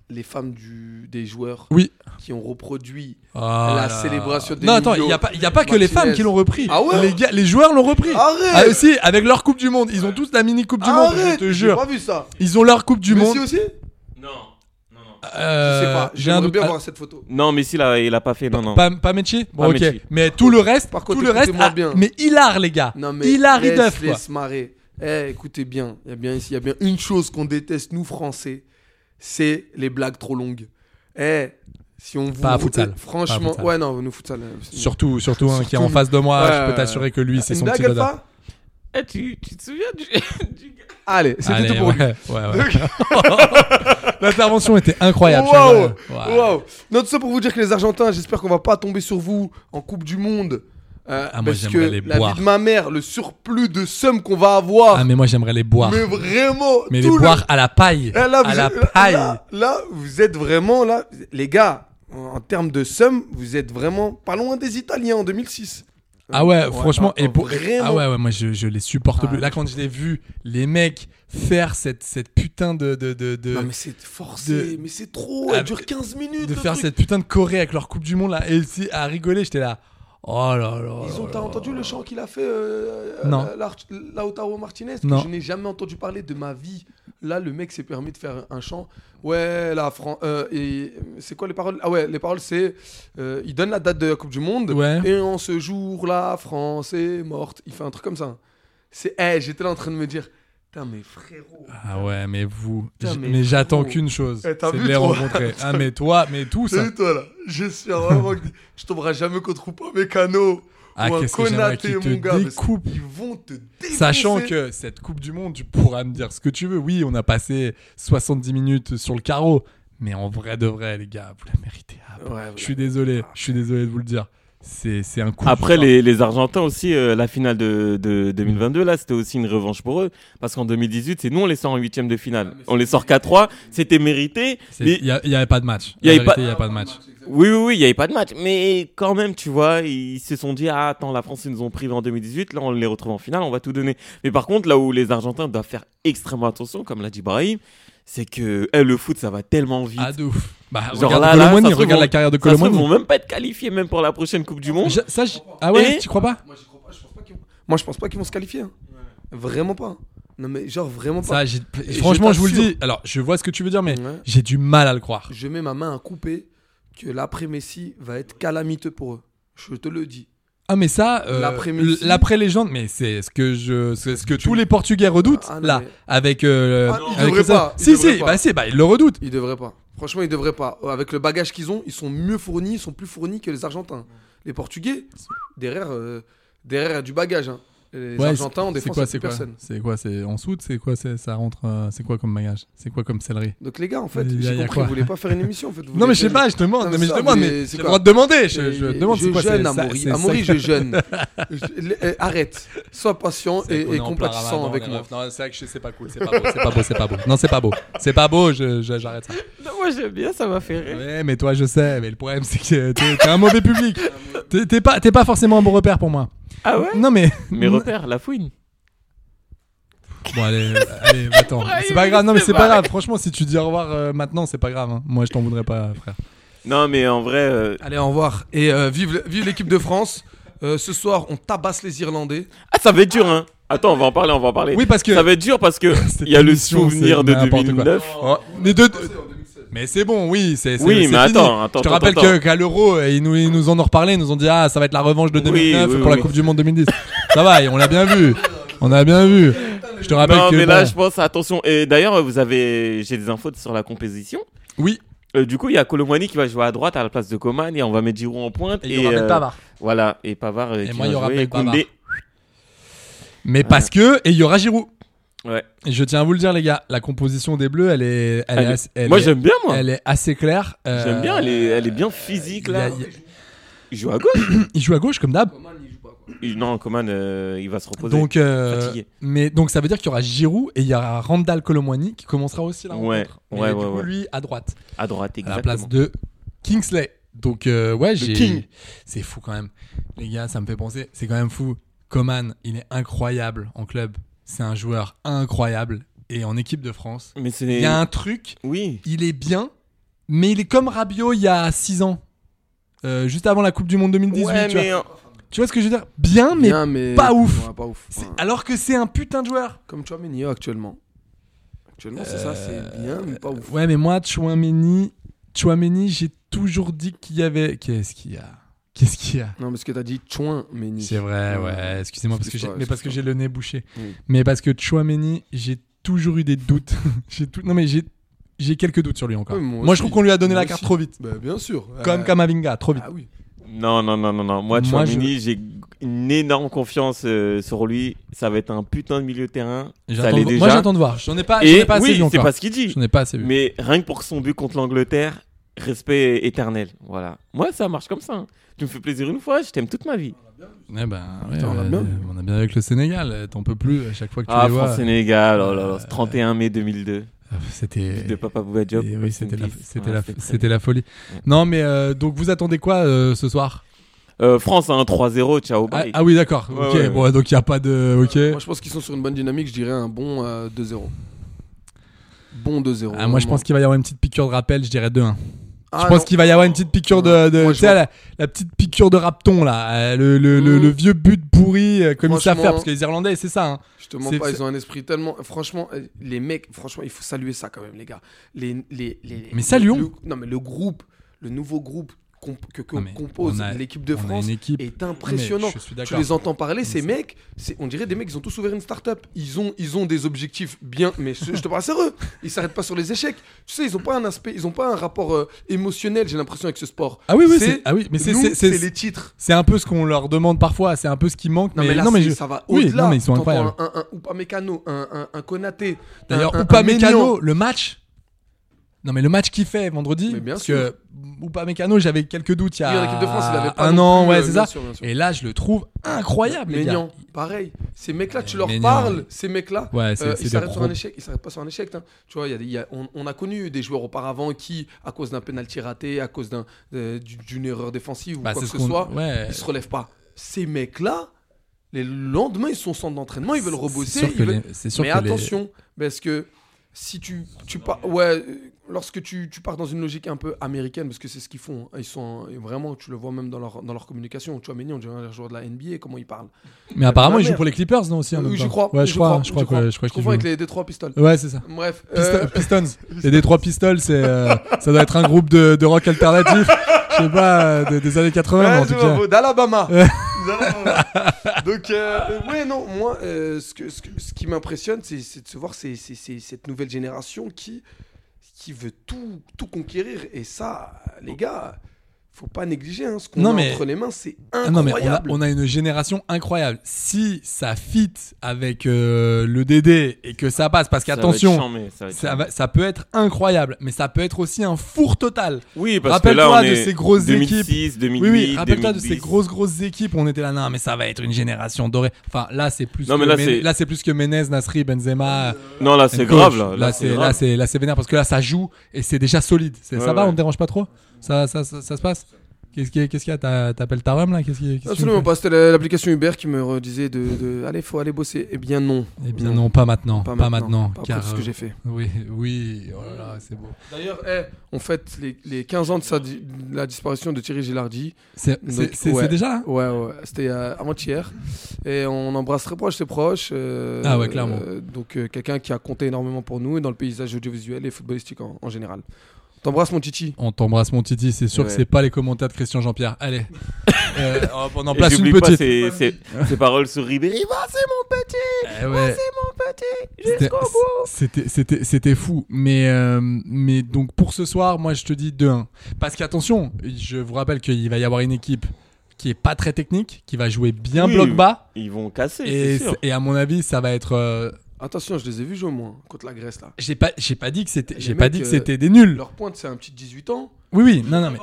Les femmes du, des joueurs Oui. qui ont reproduit Ah la là. célébration des Non, attends, il Nuno n'y a pas, il y a pas que les femmes Martinez. qui l'ont repris. Ah ouais les, gars- les joueurs l'ont repris. Arrête Ah, si, avec leur Coupe du Monde. Ils ont tous la mini Coupe du Monde, Arrête, je te J'ai jure. pas vu ça. Ils ont leur Coupe du Messi Monde. aussi Non. Euh, Je sais pas. j'ai un J'aimerais doute. bien Ah, voir cette photo. Non, mais si, là, il a pas fait. Non, non. Pas, pas Mechie Bon, Pas ok. Mechie. Mais tout le reste, Par contre, tout le reste. écoutez-moi ah, bien. Mais hilar, les gars. Non, mais hilar et laisse, Duff, quoi. laisse marrer. Eh, écoutez bien, il y a bien ici, il y a bien une chose qu'on déteste nous Français, c'est les blagues trop longues. Eh, si on vous Pas à futsal. eh, Pas à franchement, futsal. ouais non, nous futsal. euh, c'est- Surtout, surtout un qui est en Surtout face de moi, nous. je peux Ouais, t'assurer que lui, c'est une son blague, petit dada. Alpha Eh, tu, tu te souviens du, du gars Allez, c'était Allez, tout pour ouais, lui. ouais, ouais. L'intervention était incroyable. Wow, je vois. Ouais. wow. Non, tout ça pour vous dire que les Argentins, j'espère qu'on va pas tomber sur vous en Coupe du Monde. euh, Ah, moi, parce que j'aimerais les la boire. vie de ma mère, le surplus de somme qu'on va avoir, Ah, mais moi, j'aimerais les boire. mais Mais, vraiment, les tout le- boire à la paille. Eh, là, vous à la êtes- paille. Là, là, vous êtes vraiment là, les gars. En en termes de somme, vous êtes vraiment pas loin des Italiens en 2006. Ah ouais, franchement, ah, et pour... vraiment. ah ouais, ouais, moi je, je les supporte Ah, plus. Là, quand je les ai vus, les mecs faire cette, cette putain de de de, de, Non, mais c'est forcé, de- mais c'est trop. Elle Ah, dure 15 minutes. de le faire truc. cette putain de Corée avec leur Coupe du Monde là, et aussi à rigoler, j'étais là. Oh là là. Ils ont, là t'as là. entendu le chant qu'il a fait, euh, Non. euh, Lar- Lautaro Martinez que Non. Je n'ai jamais entendu parler de ma vie. Là, le mec s'est permis de faire un chant. Ouais, la France. et c'est quoi les paroles Ah ouais, les paroles c'est. euh, il donne la date de la Coupe du Monde. Ouais. Et en ce jour, la France est morte. Il fait un truc comme ça. C'est. Eh, j'étais là en train de me dire. Putain, mais frérot. Ah ouais, mais vous. Putain, j- mais mais j'attends frérot. qu'une chose, Eh, t'as c'est de vu, les toi rencontrer. ah mais toi, mais tous. T'as hein. vu, toi là Je suis vraiment. que- Je tomberai jamais contre Upamecano. Ah, ou un qu'est-ce que j'aimerais Konaté, qu'ils te mon gars. parce découpent. qu'ils vont te défoncer. Sachant que cette Coupe du Monde, tu pourras me dire ce que tu veux. Oui, on a passé 70 minutes sur le carreau, mais en vrai de vrai, les gars, vous la méritez. Ah, Ouais, je suis désolé, je suis désolé de vous le dire. C'est c'est un coup. Après, dur. les, les Argentins aussi, euh, la finale de, de 2022, là, c'était aussi une revanche pour eux. Parce qu'en 2018, c'est nous, on les sort en huitième de finale. Ah, On les sort 4-3, c'était mérité. C'est- Mais... Il n'y avait pas de match. Il y La avait pas- vérité, il y avait pas de match. Oui, oui, oui, il n'y avait pas de match. Mais quand même, tu vois, ils se sont dit, ah, attends, la France, ils nous ont pris en 2018, là, on les retrouve en finale, on va tout donner. Mais par contre, là où les Argentins doivent faire extrêmement attention, comme l'a dit Brahim, c'est que eh, le foot, ça va tellement vite. Ah de ouf. Bah, Genre regarde là, là, Colomoni, ça se trouve, regarde on- la carrière de ça se trouve, ils Colomoni. vont même pas être qualifiés, même pour la prochaine Coupe du Monde. Je- ça, je- Ah ouais, Et- tu crois pas Moi, je pense pas qu'ils vont se qualifier. hein. Vraiment pas. Non, mais genre, vraiment pas. Ça, j'ai- Et franchement, je vous le t'assure, dis. Alors, je vois ce que tu veux dire, mais Ouais. j'ai du mal à le croire. Je mets ma main à couper que l'après-Messi va être calamiteux pour eux. Je te le dis. Ah mais ça, euh, L'après-midi. l- l'après-légende, mais c'est ce que je, c'est ce que tous les Portugais redoutent Ah, non, là, mais- avec. euh, Ah, ils avec devraient ça. pas, ils Si devraient si, pas. bah si, bah ils le redoutent. Ils devraient pas. Franchement, ils devraient pas. Euh, Avec le bagage qu'ils ont, ils sont mieux fournis, ils sont plus fournis que les Argentins. Les Portugais, derrière, euh, derrière du bagage. hein. Les Ouais, Argentins en c'est- c'est défense, quoi, c'est c'est quoi personne. C'est quoi, c'est en soude, c'est quoi, c'est ça rentre, euh, c'est quoi comme bagage, c'est quoi comme céleri. Donc les gars, en fait, Il y a- il j'ai y a compris, quoi vous voulez pas faire une émission en fait. Vous Non voulez mais je sais faire- pas, je te demande, Non, mais, mais je ça, te demande, vous mais voulez- j'ai c'est le quoi droit de demander. Je, je Et- demande c'est quoi. jeûne, c'est- ça- Amaury. c'est- Amaury, ça- je jeûne. Je- eh, arrête. Sois patient C'est et, qu'on et est en plein compatissant ramadan, avec les moi. refs. Non, c'est vrai que je- c'est pas cool, c'est pas beau, c'est pas beau, c'est pas beau. Non, c'est pas beau, c'est pas beau. je- je- J'arrête ça. Moi, j'aime bien, ça m'a fait rire. Ouais, mais toi, je sais. Mais le problème, c'est que t'es t'es un mauvais public. Ah, T'es- T'es pas, t'es pas forcément un bon repère pour moi. Ah ouais Non, mais. Mes repères, la fouine. Bon, allez, allez va-t'en. C'est pas grave, non, mais c'est pas grave. Franchement, si tu dis au revoir euh, maintenant, c'est pas grave. hein. Moi, je t'en voudrais pas, frère. Non, mais en vrai, euh, Allez, au revoir. Et euh, vive, le- vive l'équipe de France. Euh, ce soir, on tabasse les Irlandais. ah, ça va être dur, hein. Attends, on va en parler, on va en parler. Oui, parce que- ça va être dur parce que Cette il y a le émission, souvenir c'est de n'importe quoi. 2009. Oh, les deux. Mais c'est bon, oui, c'est c'est- Oui, c'est mais fini. attends, attends, Je te attends, rappelle attends. que- qu'à l'Euro, euh, ils nous, ils nous en ont reparlé, ils nous ont dit ah ça va être la revanche de 2009 oui, pour la oui. Coupe du Monde 2010. ça va, et on l'a bien vu, on a bien vu. Je te rappelle Non, Ah, que mais là, bon, je pense, attention. Et d'ailleurs, vous avez, j'ai des infos sur la compétition. oui, Euh, du coup, il y a Colomwani qui va jouer à droite à la place de Coman et on va mettre Giroud en pointe. Et il y aura euh, Pavard. Voilà, et Pavard euh, Et qui moi, va il y aura jouer, et Pavard. Koundé. mais parce que et il y aura Giroud. Ouais. Et Je tiens à vous le dire les gars, la composition des Bleus, elle est, elle est Elle- assez- elle moi, est- j'aime bien, moi. elle est assez claire. Euh, J'aime bien, elle est, elle est bien physique il y là. a- il y a- Il joue à gauche. il joue à gauche comme d'hab. Il- non, Coman, euh, il va se reposer. Donc, euh, Fatigué. mais donc ça veut dire qu'il y aura Giroud et il y aura Randall Colomwani qui commencera aussi la Ouais, rencontre. Mais ouais, du ouais, coup, ouais. lui à droite, à droite, à exactement. la place de Kingsley. Donc euh, ouais, King. j'ai c'est fou quand même. Les gars, ça me fait penser, c'est quand même fou. Coman, il est incroyable en club. C'est un joueur incroyable et en équipe de France, Mais c'est. il y a un truc, Oui. il est bien, mais il est comme Rabiot il y a 6 ans. Euh, juste avant la Coupe du Monde 2018, ouais, tu, mais. vois. Tu vois ce que je veux dire Bien, mais Bien, mais pas ouf. Ouais, pas ouf. c'est- Ouais. alors que c'est un putain de joueur. Comme Chouameni actuellement. Actuellement, c'est ça, c'est bien, mais pas ouf. Euh, Ouais, mais moi, Chouameni, Chouameni j'ai toujours dit qu'il y avait. Qu'est-ce qu'il y a Qu'est-ce qu'il y a Non, parce que t'as dit chouin, mais ni. C'est vrai, ouais. Excusez-moi parce que j'ai, Excuse-toi, mais parce que j'ai le nez bouché. Oui. Mais parce que Chouameni, j'ai toujours eu des doutes. j'ai tout... Non, mais j'ai, j'ai quelques doutes sur lui encore. Ouais, moi moi, je aussi. trouve qu'on lui a donné Moi la carte aussi. trop vite. Bah, bien sûr. Comme Euh, Kamavinga, trop vite. Ah oui. Non, non, non, non, non. Moi, Moi, Tchouaméni, j'ai une énorme confiance euh, sur lui. Ça va être un putain de milieu de terrain. Ça J'attends l'est de- déjà. moi, j'attends de voir. J'en ai pas- j'en Et ai Ah, pas assez oui, vu c'est encore. pas ce qu'il dit. J'en ai pas assez vu. Mais rien que pour son but contre l'Angleterre, respect éternel. Voilà. Moi, ça marche comme ça. hein. Tu me fais plaisir une fois, je t'aime toute ma vie. Eh ben, ouais, Putain, on a ouais, bien. euh, on a bien avec le Sénégal. euh, T'en peux plus à chaque fois que tu Ah, les vois. Euh, France-Sénégal, oh là là, 31 mai 2002. C'était. De Papa Bouba Diop. Et oui, c'était la, Rest in peace. c'était Ouais, la, c'était très c'était bien. la folie. Non, mais euh, donc vous attendez quoi euh, ce soir Euh, France, hein, 3-0, ciao, ah, bye. ah oui, d'accord. Ouais, ok, ouais, bon, ouais. donc il n'y a pas de. Ok. Euh, Moi, je pense qu'ils sont sur une bonne dynamique. Je dirais un bon euh, 2-0. Bon 2-0. Ah, moi, je pense qu'il va y avoir une petite piqûre de rappel, je dirais 2-1. Ah, je pense non. qu'il va y avoir une petite piqûre de. de- Moi, je tu sais, vois- la, la petite piqûre de rapton, là. euh, Le, le, le- le vieux but pourri, euh, comme ils savent Mmh. Franchement- faire. Parce que les Irlandais, c'est ça. hein. Je te mens C'est- pas, c'est- ils ont un esprit tellement. Franchement, euh, les mecs, franchement, il faut saluer ça quand même, les gars. Les, les, les, les- Mais saluons. le- Non, mais le groupe, le nouveau groupe comp- que, que Non, mais compose on a- l'équipe de on a une France équipe. est Non, impressionnant. mais je suis tu d'accord. les entends parler, ces mecs, c'est- on dirait des mecs, ils ont tous ouvert une start-up. Ils ont, ils ont des objectifs bien, mais ce- je te parle sérieux. Ils s'arrêtent pas sur les échecs. Tu sais, ils ont pas un aspect, ils ont pas un rapport euh, émotionnel, j'ai l'impression, avec ce sport. Ah oui, oui, C'est- c'est- ah oui, mais c'est- nous, c'est- c'est- c'est les titres. C'est un peu ce qu'on leur demande parfois. C'est un peu ce qui manque. Non mais, là non, mais c'est- je- ça va Oui, au-delà. non, mais ils sont T'entends incroyables. Un, un, un Upamecano, un, un, un Konaté. D'ailleurs, un- un- un Upamecano, Maignan. le match. Non, mais le match qu'il fait vendredi. Mais bien parce sûr. que Upamecano, j'avais quelques doutes il y a Oui, en équipe de France, il l'avait pas un non an, plus, ouais, euh, c'est bien ça. sûr, bien sûr. Et là, je le trouve incroyable, les gars. Maignan, pareil. Ces mecs-là, tu Mais leur Maignan, parles. ouais. Ces mecs-là, Ouais, c'est- euh, c'est ils des s'arrêtent sur gros- un échec. Ils s'arrêtent pas sur un échec. hein. Tu vois, il y a des- il y a- on, on a connu des joueurs auparavant qui, à cause d'un penalty raté, à cause d'un, euh, du- d'une erreur défensive ou Bah, quoi c'est que ce ce qu'on- soit, ouais. ils se relèvent pas. Ces mecs-là, les lendemains, ils sont au centre d'entraînement, ils veulent rebosser. sûr que ils veulent- les- c'est sûr mais que les- attention, parce que si tu, tu pars, ouais, euh, lorsque tu, tu pars dans une logique un peu américaine, parce que c'est ce qu'ils font, hein, ils sont et vraiment, tu le vois même dans leur, dans leur communication. Tu vois, Ménian, on dirait un joueur de la NBA, comment il parle. Mais apparemment, Ma il joue mère. pour les Clippers, non aussi en Euh, même Oui, je temps. crois. Ouais, je je crois, hein, crois. je crois que je crois Euh, Je qu'ils confonds avec jouent. les Détroit Pistols. Ouais, c'est ça. Bref. Pisto- euh, Pistons. Les Détroit Pistols, c'est euh, ça doit être un groupe de, de rock alternatif. Je sais pas, euh, de- des années 80 Ouais, en je tout vois, cas. vous, D'Alabama. Ouais. D'Alabama. Donc, euh, euh, ouais, non, moi, euh, ce, que, ce, que- ce qui m'impressionne, c'est c'est de se voir ces- ces- ces- cette nouvelle génération qui, qui veut tout, tout conquérir. Et ça, les gars, faut pas négliger. hein, ce qu'on Non, a mais- entre les mains, c'est Ah non, mais on a, incroyable. on a une génération incroyable. Si ça fit avec euh, le DD et que ça passe, parce Ça va être qu'attention, chambé, ça va être ça, chambé. va- ça peut être incroyable, mais ça peut être aussi un four total. Oui, parce que Rappelle-toi là, on de est ces grosses 2006, équipes. 2008, oui, oui, rappelle-toi de ces 2010. grosses grosses équipes. On était là, non, mais ça va être une génération dorée. Enfin, là, c'est plus. Non, que mais là, Mene- c'est- Euh, c'est plus que Menez, Nasri, Benzema. Non, là, c'est Nkoch. grave, là. Là, Là, c'est c'est là, grave. c'est là, c'est vénère parce que là, ça joue et c'est déjà solide. C'est- Ouais, ça va, ouais. on te dérange pas trop. Ça, ça, ça, ça se passe. Qu'est-ce qu'il y a- qu'est-ce qu'il y a T'as- T'appelles ta rhum là Qu'est-ce qu'il y a- qu'est-ce que tu Absolument fais pas. C'était la- l'application Uber qui me redisait de, de allez, faut aller bosser. Eh bien non. Eh bien non, pas maintenant, pas, maintenant, Pas car euh, après tout ce que j'ai fait. Oui, oui, oh là là, c'est beau. D'ailleurs, eh, on fête les, les 15 ans de, sa di- de la disparition de Thierry Gilardi. C'est- Donc, c'est- c'est- ouais. c'est déjà, hein Ouais, ouais. C'était euh, avant-hier. Et on embrasse très proche ses proches. euh, Ah ouais, clairement. euh, donc, euh, quelqu'un qui a compté énormément pour nous et dans le paysage audiovisuel et footballistique en, en général. T'embrasses, mon Titi. On t'embrasse mon Titi, c'est sûr Ouais. que c'est pas les commentaires de Christian Jean-Pierre. Allez, Euh, hop, on en Et place une j'oublie pas petite. ces- ces- ces paroles sur Ribéry. va, c'est mon petit Eh ouais. C'était- C'était c'était c'était fou, mais euh, mais donc pour ce soir, moi je te dis 2-1. Parce qu'attention, je vous rappelle qu'il va y avoir une équipe qui est pas très technique, qui va jouer bien Oui, bloc bas. ils vont casser, Et, c'est sûr. c'est- et à mon avis, ça va être. euh, Attention, je les ai vus jouer, moi, contre la Grèce, là. j'ai pas j'ai pas dit que c'était Les j'ai pas mecs, dit que euh, c'était des nuls. Leur pointe, c'est un petit 18 ans. Oui oui non non mais.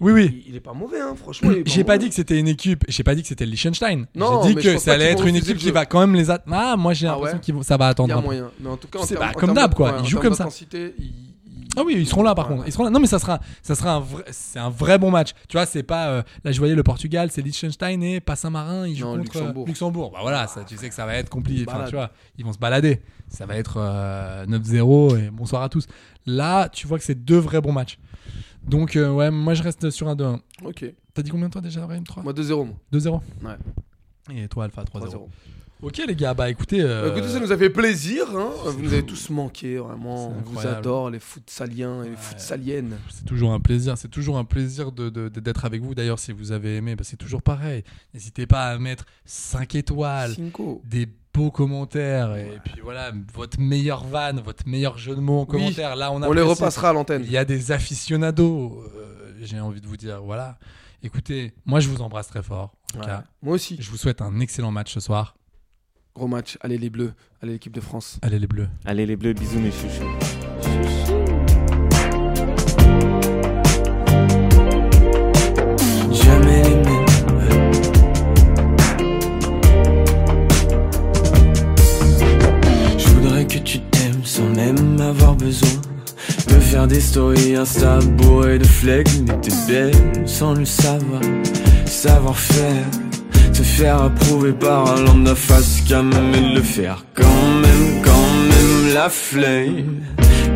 Oui oui. Il, il est pas mauvais, hein, franchement. il est J'ai pas mauvais. dit que c'était une équipe, j'ai pas dit que c'était le Liechtenstein. Non, J'ai dit mais je que pense ça pas allait qu'ils être vont une refuser équipe le qui jeu. va quand même les at- Ah, moi j'ai Ah l'impression ouais qu'ils vont ça va Il attendre. y un a peu. moyen. Mais en tout cas, en C'est termes- bah, en comme termes d'hab de- quoi, ouais, en ils jouent termes comme ça. d'intensité, ils- ils- Ah oui, ils seront là par Ouais. contre. Ils seront là. Non mais ça sera ça sera un vrai c'est un vrai bon match. Tu vois, c'est pas euh, là je voyais le Portugal, c'est Liechtenstein et pas Saint-Marin, ils jouent Non, contre euh, Luxembourg. Bah voilà, ça, tu sais que ça va être compliqué, Ils se Enfin, tu baladent. vois, ils vont se balader. Ça va être euh, 9-0 et bonsoir à tous. Là, tu vois que c'est deux vrais bons matchs. Donc euh, ouais, moi je reste sur un 2-1. Ok. T'as dit combien toi déjà, Brahim 3 Moi, 2-0, moi. 2-0. Ouais. Et toi Alpha 3-0. 3-0. Ok, les gars, bah écoutez. euh, Écoutez, ça nous a fait plaisir. hein. Vous nous avez tous manqué, vraiment. On vous incroyable. adore, les futsaliens et les futsaliennes. C'est toujours un plaisir. C'est toujours un plaisir de- de- de- d'être avec vous. D'ailleurs, si vous avez aimé, bah, c'est toujours pareil. N'hésitez pas à mettre 5 étoiles, Cinco. des beaux commentaires, et puis voilà, votre meilleure vanne, votre meilleur jeu de mots en commentaire. Là, on, on les apprécie. repassera à l'antenne. Il y a des aficionados, euh, j'ai envie de vous dire. Voilà. Écoutez, moi, je vous embrasse très fort. en tout Ouais. cas. Moi aussi. Je vous souhaite un excellent match ce soir. Gros match. Allez, les Bleus. Allez, l'équipe de France. Allez, les bleus. Allez les bleus, bisous mes chouchous. Jamais les mêmes. Je voudrais que tu t'aimes sans même avoir besoin de faire des stories Insta bourrées de flex. Mais t'es belle sans le savoir, savoir-faire. Te faire approuver par un lambda face qu'à mais le faire quand même, quand même la flemme.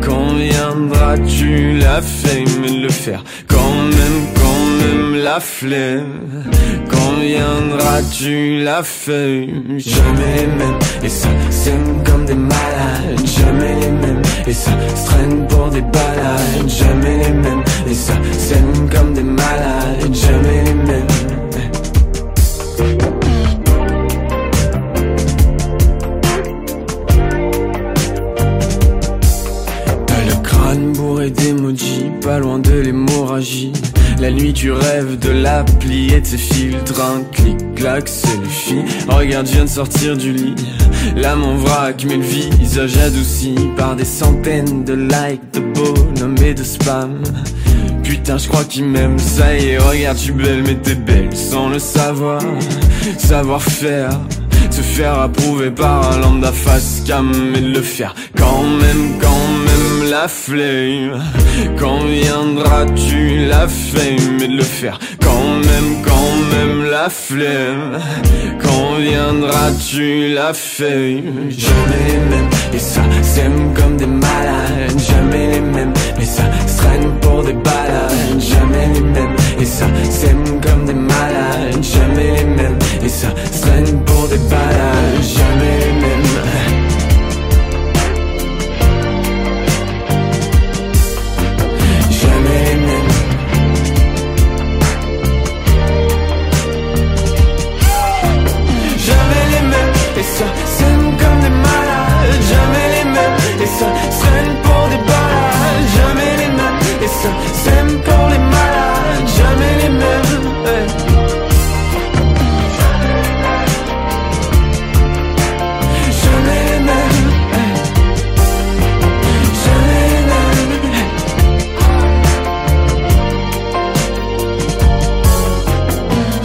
Quand viendras-tu la flemme et le faire Quand même, quand même la flemme Quand viendras-tu la flemme Jamais les mêmes et ça s'aime comme des malades Jamais les mêmes et ça se traîne pour des balades Jamais les mêmes et ça s'aime comme des malades Jamais les mêmes T'as le crâne bourré d'emojis, pas loin de l'hémorragie. La nuit tu rêves de l'appli et de ses filtres. Un clic-clac, c'est le fil. Regarde, je viens de sortir du lit. L'âme en vrac, mais le visage adouci par des centaines de likes, de bonhommes et de spam. Putain, je crois qu'il m'aime, ça y est, regarde, tu belle, mais t'es belle sans le savoir, savoir-faire. Se faire approuver par un lambda face cam et le faire quand même, quand même la flemme. Quand viendras-tu la fame et de le faire quand même, quand même la flemme. Quand viendras-tu la fame Jamais les mêmes et ça s'aime comme des malades. Jamais les mêmes et ça se traîne pour des balades. Jamais les mêmes et ça s'aime comme des malades. Jamais les mêmes et ça se traîne pour des balades. Jamais les mêmes. Jamais les mêmes. Jamais les mêmes. Et ça sonne comme des malades. Jamais les mêmes. Et ça sonne pour des balades. Jamais les mêmes. Et ça sonne pour les malades. Jamais les mêmes. eh. Jamais les mêmes. eh. Jamais les mêmes. eh.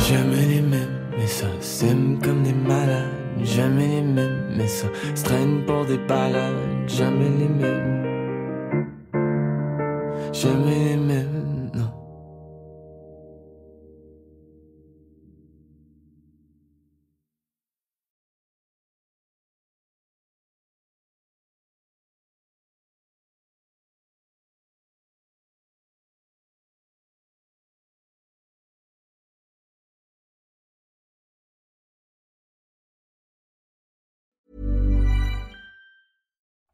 Jamais les mêmes, mais ça s'aime comme des malades. Jamais les mêmes, mais ça se traîne pour des balades. Jamais les mêmes. Jamais les mêmes, non.